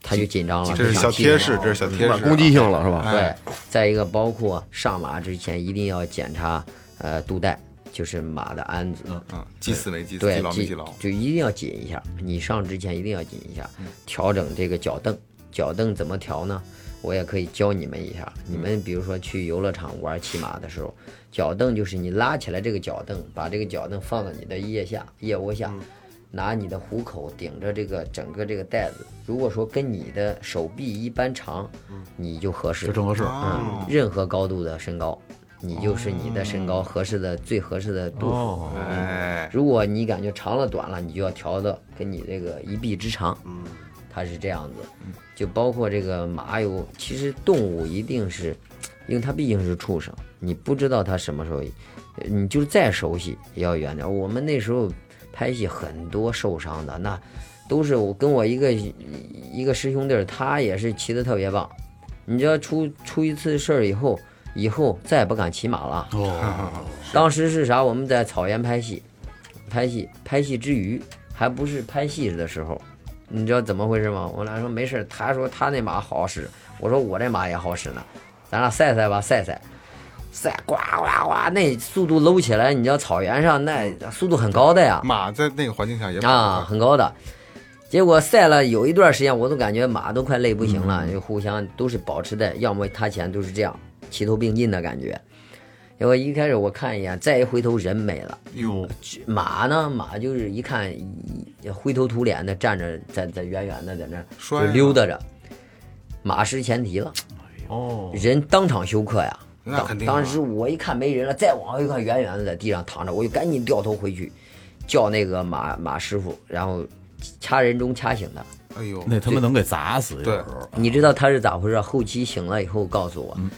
Speaker 6: 他就紧张了。
Speaker 3: 这是小
Speaker 6: 就啊想踢了
Speaker 3: 贴
Speaker 6: 嗯
Speaker 3: 士，这是小贴
Speaker 4: 管
Speaker 3: 士，哎
Speaker 4: 攻击性了是吧？
Speaker 6: 对，再一个，包括上马之前一定要检查呃肚带，就是马的鞍子，
Speaker 3: 嗯，记死没记死，
Speaker 6: 对嗯
Speaker 3: 记，牢没
Speaker 6: 系
Speaker 3: 记牢，
Speaker 6: 就一定要紧一下。你上之前一定要紧一下，调整这个脚蹬。脚蹬怎么调呢？我也可以教你们一下。你们比如说去游乐场玩骑马的时候，脚蹬就是你拉起来这个脚蹬，把这个脚蹬放到你的腋下、腋窝下，拿你的虎口顶着这个整个这个带子。如果说跟你的手臂一般长，你就合适
Speaker 5: 就。正合适。
Speaker 3: 哦
Speaker 6: 嗯，任何高度的身高，你就是你的身高合适的最合适的度
Speaker 1: 哦
Speaker 6: 数。
Speaker 3: 哎，
Speaker 6: 如果你感觉长了短了，你就要调的跟你这个一臂之长。嗯，它是这样子，就包括这个马有，其实动物一定是，因为它毕竟是畜生，你不知道它什么时候，呃你就是再熟悉也要远点。我们那时候拍戏很多受伤的，那都是我跟我一个一个师兄弟儿，他也是骑得特别棒。你知道出出一次事儿以后，以后再也不敢骑马了。
Speaker 5: 哦，
Speaker 6: 当时是啥？我们在草原拍戏，拍戏，拍戏之余，还不是拍戏的时候，你知道怎么回事吗？我俩说没事儿，他说他那马好使，我说我这马也好使呢，咱俩赛赛吧，赛赛，赛，呱呱呱，那速度搂起来，你知道草原上那速度很高的呀，
Speaker 3: 马在那个环境下也跑
Speaker 6: 啊，
Speaker 3: 得快，
Speaker 6: 很高的。结果赛了有一段时间，我都感觉马都快累不行了，就互相都是保持在，要么他前都是这样齐头并进的感觉。结果一开始我看一眼，再一回头人没了，
Speaker 3: 哎
Speaker 5: 哟，
Speaker 6: 马呢马就是一看一灰头土脸的站着，在在远远的在那儿
Speaker 3: 摔
Speaker 6: 就溜达着，马失前蹄了，
Speaker 5: 哦，
Speaker 6: 人当场休克呀。
Speaker 3: 那肯定啊
Speaker 6: 当时我一看没人了，再往后一看，远远的在地上躺着，我就赶紧掉头回去，叫那个马马师傅，然后掐人中掐醒他。
Speaker 3: 哎呦，
Speaker 5: 那他妈能给砸死，有
Speaker 3: 对
Speaker 5: 时候
Speaker 6: 你知道他是咋回事儿？后期醒了以后告诉我，
Speaker 3: 嗯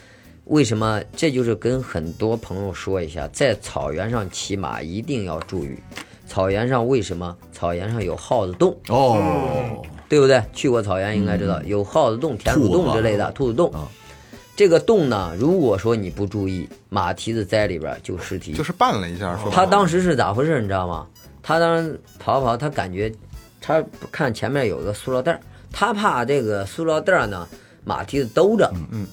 Speaker 6: 为什么？这就是跟很多朋友说一下，在草原上骑马一定要注意。草原上为什么？草原上有耗子洞，
Speaker 5: 哦，
Speaker 6: 对不对？去过草原应该知道，有耗子洞、田鼠
Speaker 5: 兔
Speaker 6: 洞
Speaker 5: 子
Speaker 6: 之类的兔子洞。这个洞呢，如果说你不注意，马蹄子栽里边儿就尸体。
Speaker 3: 就是绊了一下，说
Speaker 6: 他当时是咋回事儿，你知道吗？他当时跑跑，他感觉他看前面有个塑料袋儿，他怕这个塑料袋儿呢马蹄子兜着，嗯，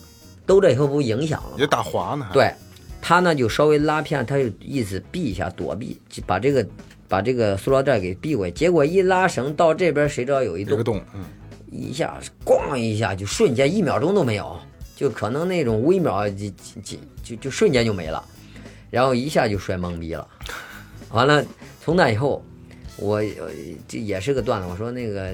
Speaker 6: 兜着以后不影响了吗
Speaker 3: 也打滑呢，还，
Speaker 6: 对，他呢就稍微拉偏，他就意思避一下，躲避，就把这个把这个塑料袋儿给避过去。结果一拉绳到这边儿，谁知道有一
Speaker 3: 有
Speaker 6: 洞
Speaker 3: 个，洞，嗯，
Speaker 6: 一下咣一下就瞬间一秒钟都没有，就可能那种微秒就就就就瞬间就没了，然后一下就摔懵逼了。完了，从那以后，我呃这也是个段子，我说那个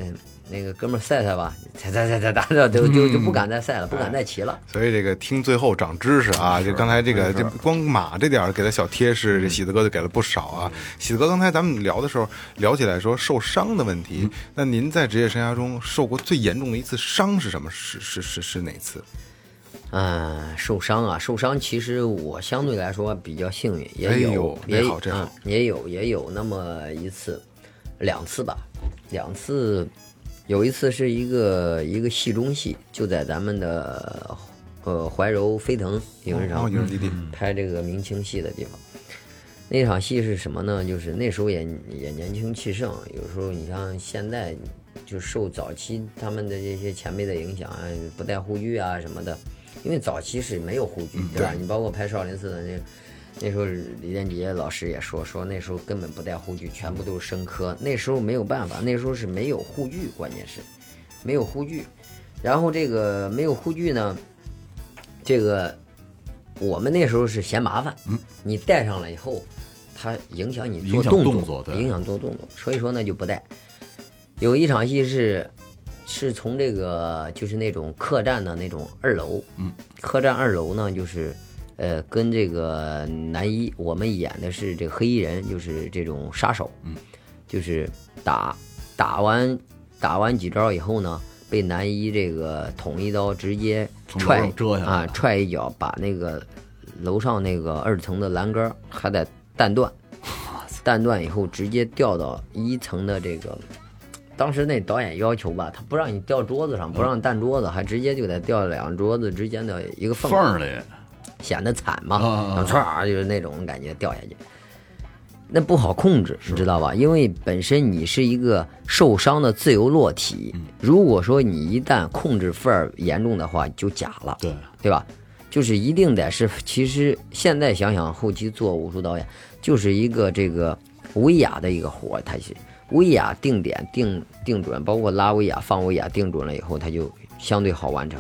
Speaker 6: 那个哥们儿赛赛吧，赛赛赛赛赛，就就就不敢再赛了，不敢再骑了。
Speaker 3: 所以这个听最后长知识啊，就刚才这个这光马这点儿给他小贴士，这喜子哥就给了不少啊。喜子哥刚才咱们聊的时候聊起来说受伤的问题，那您在职业生涯中受过最严重的一次伤是什么？是是是是哪次？
Speaker 6: 嗯，受伤啊，受伤，其实我相对来说比较幸运，
Speaker 3: 哎
Speaker 6: 也
Speaker 3: 呦
Speaker 6: 有，
Speaker 3: 这
Speaker 6: 也
Speaker 3: 好这好
Speaker 6: 嗯也有也有那么一次，两次吧，两次，有一次是一个一个戏中戏，就在咱们的呃怀柔飞腾影视
Speaker 3: 然后
Speaker 6: 城
Speaker 3: 哦影视基地，
Speaker 6: 拍这个明清戏的地方。那场戏是什么呢？就是那时候也也年轻气盛，有时候你像现在就受早期他们的这些前辈的影响啊，不戴护具啊什么的，因为早期是没有护具，对吧？你包括拍少林寺的那那时候李连杰老师也说，说那时候根本不带护具，全部都是生科。那时候没有办法，那时候是没有护具，关键是没有护具。然后这个没有护具呢，这个我们那时候是嫌麻烦，你戴上了以后，它影响你做
Speaker 5: 嗯影响
Speaker 6: 动
Speaker 5: 动作对
Speaker 6: 影响做动作，所以说呢就不戴。有一场戏是是从这个就是那种客栈的那种二楼，嗯，客栈二楼呢就是。呃，跟这个男一，我们演的是这个黑衣人，就是这种杀手，嗯，就是打打完打完几招以后呢，被男一这个捅一刀，直接
Speaker 5: 从楼
Speaker 6: 踹
Speaker 5: 上遮下来
Speaker 6: 啊，踹一脚，把那个楼上那个二层的栏杆儿还得弹断，弹断以后直接掉到一层的这个。当时那导演要求吧，他不让你掉桌子上，不让弹桌子，还直接就得掉两桌子之间的一个缝
Speaker 5: 缝儿里，
Speaker 6: 嗯显得惨嘛
Speaker 5: 啊啊，啊
Speaker 6: 然后唰就是那种感觉掉下去，那不好控制，你知道吧？因为本身你是一个受伤的自由落体，
Speaker 5: 嗯
Speaker 6: 如果说你一旦控制范儿严重的话，就假了，
Speaker 5: 对，
Speaker 6: 对吧？就是一定得是，其实现在想想，后期做武术导演就是一个这个威亚的一个活儿，它是威亚定点定定准，包括拉威亚、放威亚定准了以后，它就相对好完成。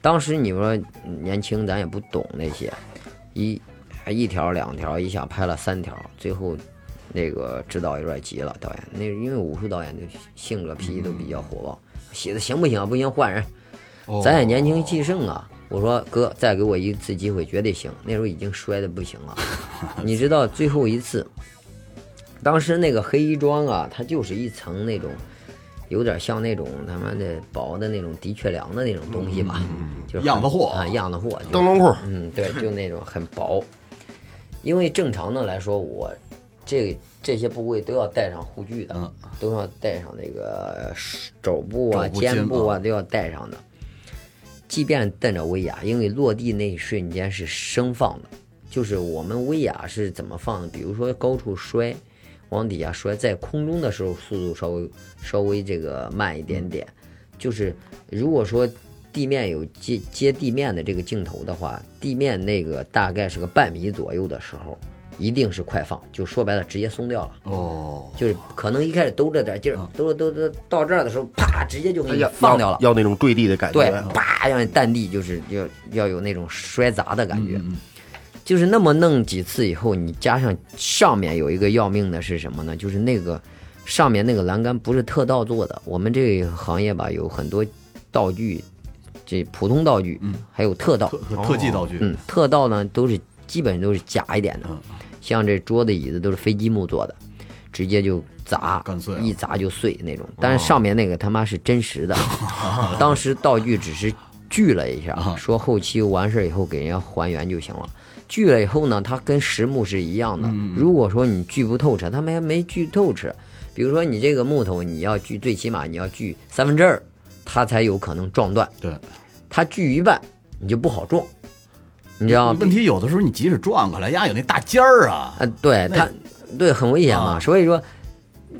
Speaker 6: 当时你说年轻，咱也不懂那些，一一条两条，一下拍了三条，最后那个指导有点急了，导演那因为武术导演的性格脾气都比较火爆，写的行不行啊？不行换人，咱也年轻气盛啊。我说哥，再给我一次机会，绝对行。那时候已经摔的不行了，你知道最后一次，当时那个黑衣装啊，它就是一层那种，有点像那种他妈的薄的那种的确良的那种东西吧，就是很
Speaker 5: 样子货
Speaker 6: 啊，样子货，就是
Speaker 4: 灯笼裤，
Speaker 6: 嗯，对，就那种很薄。因为正常的来说，我这这些部位都要带上护具的，
Speaker 5: 嗯
Speaker 6: 都要带上那个肘部啊、
Speaker 5: 肘部
Speaker 6: 肩部
Speaker 5: 肩
Speaker 6: 啊都要带上的。即便带着威亚，因为落地那一瞬间是升放的，就是我们威亚是怎么放的？比如说高处摔，往底下摔，在空中的时候速度稍微稍微这个慢一点点。就是如果说地面有接接地面的这个镜头的话，地面那个大概是个半米左右的时候，一定是快放，就说白了直接松掉了。
Speaker 5: 哦，
Speaker 6: 就是可能一开始兜着点劲儿，兜着兜着到这儿的时候，啪，直接就给
Speaker 4: 嗯
Speaker 6: 你
Speaker 4: 要
Speaker 6: 放掉了。
Speaker 4: 要那种坠地的感觉。
Speaker 6: 对，啪，让你淡地就是要要有那种摔砸的感觉。
Speaker 4: 嗯
Speaker 6: 就是那么弄几次以后，你加上上面有一个要命的是什么呢？就是那个上面那个栏杆不是特道做的，我们这个行业吧有很多道具，这普通道具，还有特道，
Speaker 5: 特特特技道具，
Speaker 6: 嗯，特道呢都是基本都是假一点的，
Speaker 5: 嗯
Speaker 6: 像这桌子椅子都是飞机木做的，直接就砸，
Speaker 5: 干脆了哦
Speaker 6: 一砸就碎那种。但是上面那个他妈是真实 的，当时道具只是锯了一下，
Speaker 5: 啊
Speaker 6: 说后期完事儿以后给人家还原就行了。锯了以后呢，它跟实木是一样的。
Speaker 5: 嗯
Speaker 6: 如果说你锯不透彻，他们还没锯透彻。比如说你这个木头，你要锯，最起码你要锯三分之二，它才有可能撞断。
Speaker 5: 对。
Speaker 6: 它锯一半，你就不好撞，你知道吗？
Speaker 5: 问题有的时候你即使转过来，呀，有那大尖儿啊，
Speaker 6: 啊，对
Speaker 5: 那啊
Speaker 6: 它，对，很危险嘛。所以说，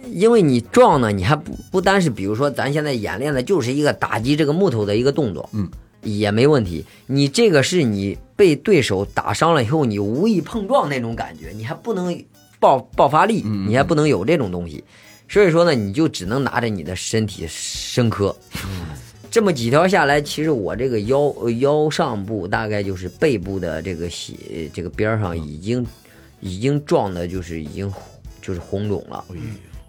Speaker 6: 因为你撞呢，你还不不单是，比如说咱现在演练的就是一个打击这个木头的一个动作，嗯，也没问题。你这个是你被对手打伤了以后，你无意碰撞那种感觉，你还不能爆爆发力，
Speaker 5: 嗯
Speaker 6: 你还不能有这种东西。所以说呢，你就只能拿着你的身体生磕。这么几条下来，其实我这个腰呃腰上部大概就是背部的这个血呃这个边儿上已经已经撞的，就是已经就是红肿了。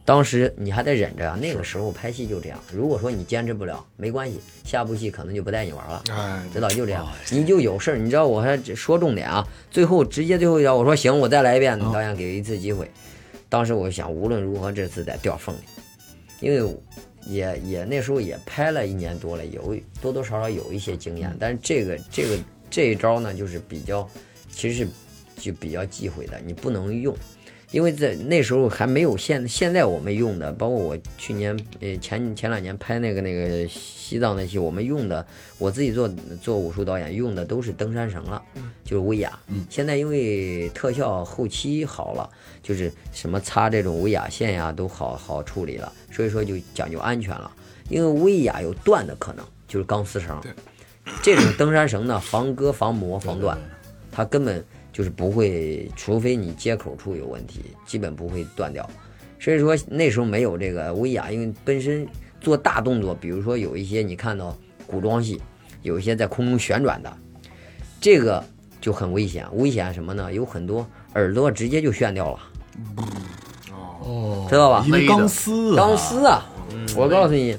Speaker 6: 当时你还得忍着啊，那个时候拍戏就这样。如果说你坚持不了，没关系，下部戏可能就不带你玩了。
Speaker 3: 哎，
Speaker 6: 指导就这样，你就有事儿。你知道我还说重点啊，最后直接最后一条我说行，我再来一遍，导演给一次机会。当时我就想，无论如何这次得掉缝里，因为也也那时候也拍了一年多了，有多多少少有一些经验，但是这个这个这一招呢，就是比较其实是就比较忌讳的，你不能用。因为在那时候还没有现现在我们用的，包括我去年呃前前两年拍那个那个西藏那戏，我们用的我自己做做武术导演用的都是登山绳了，就是威亚。
Speaker 5: 嗯
Speaker 6: 现在因为特效后期好了，就是什么擦这种威亚线呀都好好处理了，所以说就讲究安全了。因为威亚有断的可能，就是钢丝绳。
Speaker 3: 对
Speaker 6: 这种登山绳呢， 防割、防磨、防断，它根本就是不会，除非你接口处有问题，基本不会断掉。所以说那时候没有这个威亚，因为本身做大动作，比如说有一些你看到古装戏，有一些在空中旋转的，这个就很危险。危险什么呢？有很多耳朵直接就炫掉了，
Speaker 5: 哦
Speaker 6: 知道吧？
Speaker 5: 因为钢丝、啊，
Speaker 6: 钢丝啊！
Speaker 3: 嗯
Speaker 6: 我告诉你，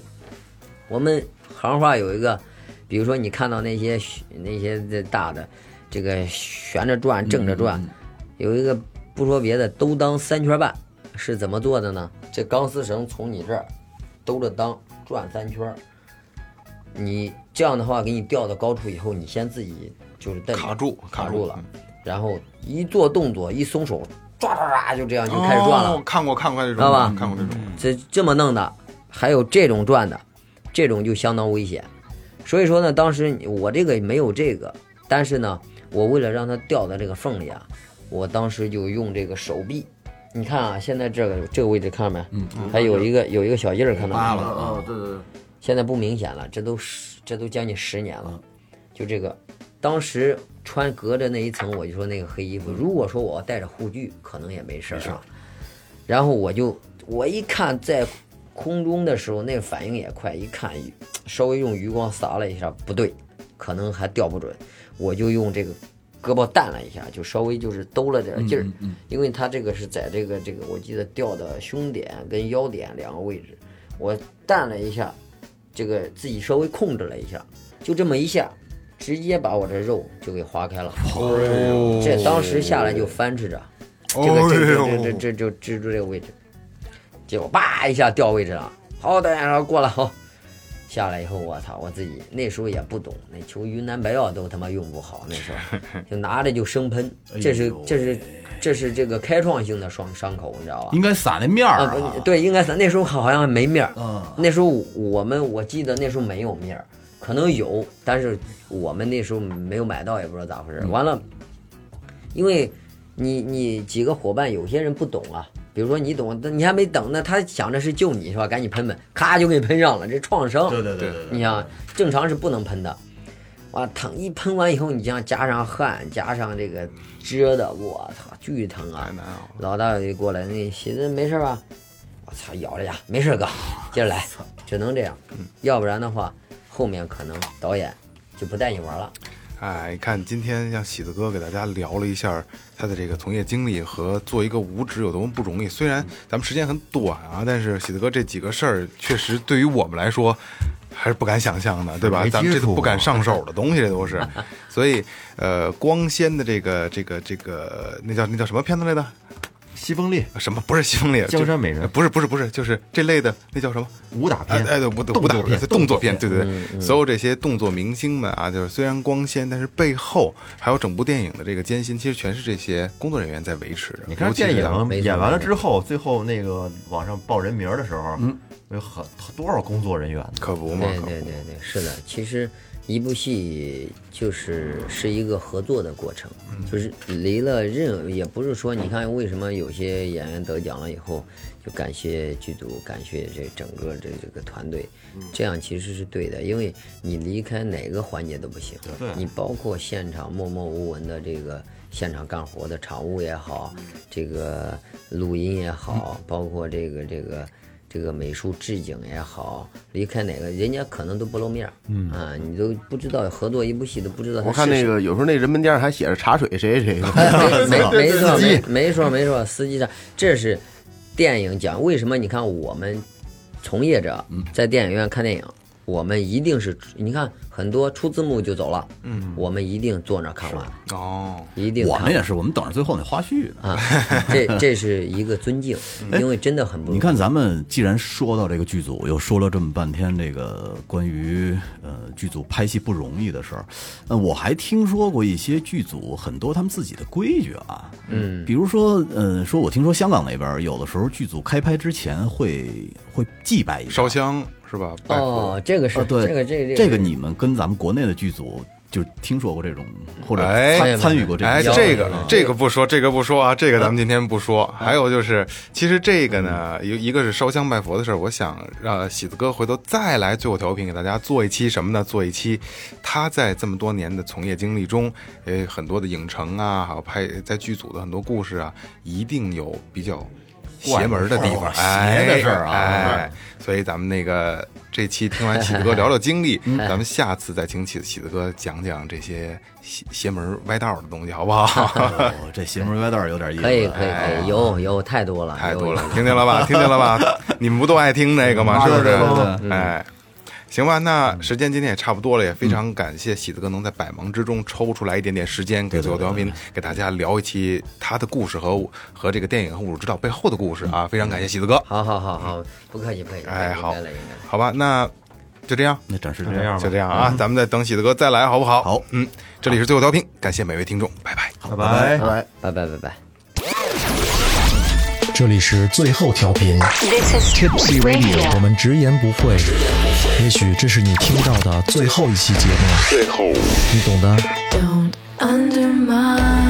Speaker 6: 我们行话有一个，比如说你看到那些那些这大的，这个旋着转、正着
Speaker 3: 嗯
Speaker 6: 转，有一个不说别的，兜裆三圈半是怎么做的呢？这钢丝绳从你这儿兜着裆转三圈儿，你这样的话给你吊到高处以后，你先自己就是蹬
Speaker 3: 卡住
Speaker 6: 卡
Speaker 3: 卡
Speaker 6: 住
Speaker 3: 住嗯
Speaker 6: 了，然后一做动作一松手，抓抓抓就这样就开始转了。
Speaker 3: 哦看过看过这种，
Speaker 6: 知道吧
Speaker 3: 看过这种，
Speaker 6: 这这么弄的，还有这种转的，这种就相当危险。所以说呢，当时我这个没有这个，但是呢，我为了让它掉到这个缝里啊，我当时就用这个手臂。你看啊，现在这个这个位置看到没？嗯，还有一个有一个小印儿，看到
Speaker 5: 扒
Speaker 6: 没？
Speaker 5: 了啊，
Speaker 4: 哦对对对，
Speaker 6: 现在不明显了，这都十这都将近十年了，就这个，当时穿隔着那一层，我就说那个黑衣服，如果说我带着护具，可能也没事儿、啊。然后我就我一看在空中的时候，那反应也快，一看稍微用余光撒了一下，不对，可能还吊不准，我就用这个胳膊弹了一下，就稍微就是兜了点劲儿，因为它这个是在这个这个我记得吊的胸点跟腰点两个位置，我弹了一下，这个自己稍微控制了一下，就这么一下，直接把我这肉就给划开了，这当时下来就翻吃着。这个哎这
Speaker 3: 哦
Speaker 6: 这这这这这这这个位置，结果叭一下掉位置了。好，导演说过了，好，下来以后，我操，我自己那时候也不懂，那球云南白药都他妈用不好，那时候就拿着就生喷，这
Speaker 5: 哎
Speaker 6: 是
Speaker 5: 呦喂
Speaker 6: 这是这是这个开创性的伤伤口，你知道吧？
Speaker 5: 应该撒那面儿、
Speaker 6: 啊
Speaker 5: 啊
Speaker 6: 不，对，应该是那时候好像没面儿。
Speaker 5: 嗯
Speaker 6: 那时候我们我记得那时候没有面儿，可能有，但是我们那时候没有买到，也不知道咋回事
Speaker 5: 嗯
Speaker 6: 儿。完了，因为你你几个伙伴，有些人不懂啊，比如说你懂，但你还没等呢，他想着是救你是吧？赶紧喷喷，咔就给喷上了，这创伤。
Speaker 5: 对对对对对，
Speaker 6: 你想，正常是不能喷的。哇，疼！一喷完以后，你这样加上汗，加上这个蛰的，我操，巨疼啊！
Speaker 3: 太难熬了。
Speaker 6: 老大就过来，那寻思没事吧？我操，咬着牙，没事哥，接着来，只能这样，要不然的话，后面可能导演就不带你玩了。
Speaker 3: 哎，看今天让喜子哥给大家聊了一下他的这个从业经历和做一个武指有多么不容易。虽然咱们时间很短啊，但是喜子哥这几个事儿确实对于我们来说还是不敢想象的，对吧
Speaker 1: 没？
Speaker 3: 咱们这
Speaker 1: 接触
Speaker 3: 都
Speaker 1: 过
Speaker 3: 不敢上手的东西，这都是。所以，呃，光鲜的这个这个这个那叫那叫什么片子来的？
Speaker 1: 西风烈
Speaker 3: 什么不是星猎？就
Speaker 1: 江山美人
Speaker 3: 呃不是不是不是，就是这类的那叫什么？
Speaker 1: 武打
Speaker 3: 哎
Speaker 1: 片，
Speaker 3: 哎，对，武
Speaker 1: 动
Speaker 3: 武打
Speaker 1: 作片，嗯
Speaker 3: 动作片，对对对，所有这些动作明星们啊，就是虽然光鲜，但是背后还有整部电影的这个艰辛，其实全是这些工作人员在维持着。
Speaker 1: 你看
Speaker 3: 尤其是
Speaker 1: 电
Speaker 3: 咱们
Speaker 1: 影
Speaker 6: 没错
Speaker 1: 演完了之后，最后那个网上报人名儿的时候，嗯，有很多少工作人员呢？
Speaker 3: 可不嘛，
Speaker 6: 对
Speaker 3: 可不
Speaker 6: 对对对，是的，其实一部戏就是是一个合作的过程，就是离了任，也不是说你看为什么有些演员得奖了以后，就感谢剧组，感谢这整个这这个团队，这样其实是对的，因为你离开哪个环节都不行，
Speaker 1: 对
Speaker 6: 你包括现场默默无闻的这个现场干活的场务也好，这个录音也好，包括这个这个这个美术置景也好，离开哪个人家可能都不露面，嗯啊，你都不知道合作一部戏都不知道他
Speaker 4: 我看
Speaker 6: 是
Speaker 4: 那
Speaker 6: 谁。
Speaker 4: 个有时候那人门店上还写着茶水谁 谁谁的，
Speaker 6: 没没没错
Speaker 4: 司机
Speaker 6: 没没错没错，司机上这是电影讲为什么？你看我们从业者在电影院看电影，我们一定是，你看很多出字幕就走了，嗯，我们一定坐那儿看完，
Speaker 3: 哦，
Speaker 6: 一定
Speaker 5: 我
Speaker 6: 看
Speaker 5: 们
Speaker 6: 完
Speaker 5: 也是，我们等着最后那花絮呢。
Speaker 6: 啊，这这是一个尊敬，因为真的很不容易。
Speaker 5: 你看，咱们既然说到这个剧组，又说了这么半天这个关于呃剧组拍戏不容易的事儿，呃，我还听说过一些剧组很多他们自己的规矩啊，嗯，比如说，呃，说我听说香港那边儿有的时候剧组开拍之前会会祭拜一下
Speaker 3: 烧香是吧？拜佛
Speaker 6: 哦，这个是、
Speaker 5: 啊，对，
Speaker 6: 这个这个
Speaker 5: 这
Speaker 6: 个
Speaker 5: 个你们跟咱们国内的剧组就听说过这种或者
Speaker 3: 哎
Speaker 5: 参参与过这种
Speaker 3: 哎，
Speaker 5: 项目
Speaker 3: 这
Speaker 5: 吗
Speaker 3: 个这个不说，这个不说啊，这个咱们今天不说。还有就是，其实这个呢，一一个是烧香拜佛的事儿，我想让喜子哥回头再来最后调频给大家做一期什么呢？做一期他在这么多年的从业经历中，呃，很多的影城啊，还有拍在剧组的很多故事啊，一定有比较。邪门的地
Speaker 5: 怪
Speaker 3: 方，
Speaker 5: 事儿哦邪的事儿啊
Speaker 3: 哎，哎
Speaker 6: 嗯
Speaker 3: 所以咱们那个这期听完喜子哥聊聊经 历，
Speaker 6: 嗯
Speaker 3: 咱们下次再请喜喜子哥讲讲这些邪邪门歪道的东西，好不 好？
Speaker 6: 哎
Speaker 5: 哦这邪门歪道儿有点意思，
Speaker 6: 可以可以可以，有有太多 了，
Speaker 3: 太
Speaker 6: 有嗯
Speaker 3: 多了，听见了 吧？听见了吧？你们不都爱听这个吗？是不
Speaker 5: 对对
Speaker 3: 是？哎。行吧，那时间今天也差不多了，也非常感谢喜子哥能在百忙之中抽出来一点点时间，给左右调
Speaker 6: 嗯
Speaker 3: 频给大家聊一期他的故事和我和这个电影和《武术指导》背后的故事啊！非常感谢喜子哥，
Speaker 6: 嗯好好好好，不客气不客气，
Speaker 3: 哎好
Speaker 6: 应该了应该了。
Speaker 3: 好吧，那就这样，
Speaker 5: 那暂时这
Speaker 1: 这
Speaker 5: 样，
Speaker 1: 样吧
Speaker 3: 就这样啊，咱们再等喜子哥再来，好不好？
Speaker 5: 好，
Speaker 3: 嗯，这里是最后调频，感谢每位听众，拜拜。
Speaker 1: 拜拜。
Speaker 4: 来。
Speaker 6: 拜拜拜拜。
Speaker 2: 这里是最后调频
Speaker 7: This is
Speaker 2: Tipsy Radio，我们直言不讳，也许这是你听到的最后一期节目，最后，你懂的。
Speaker 8: Don't undermine.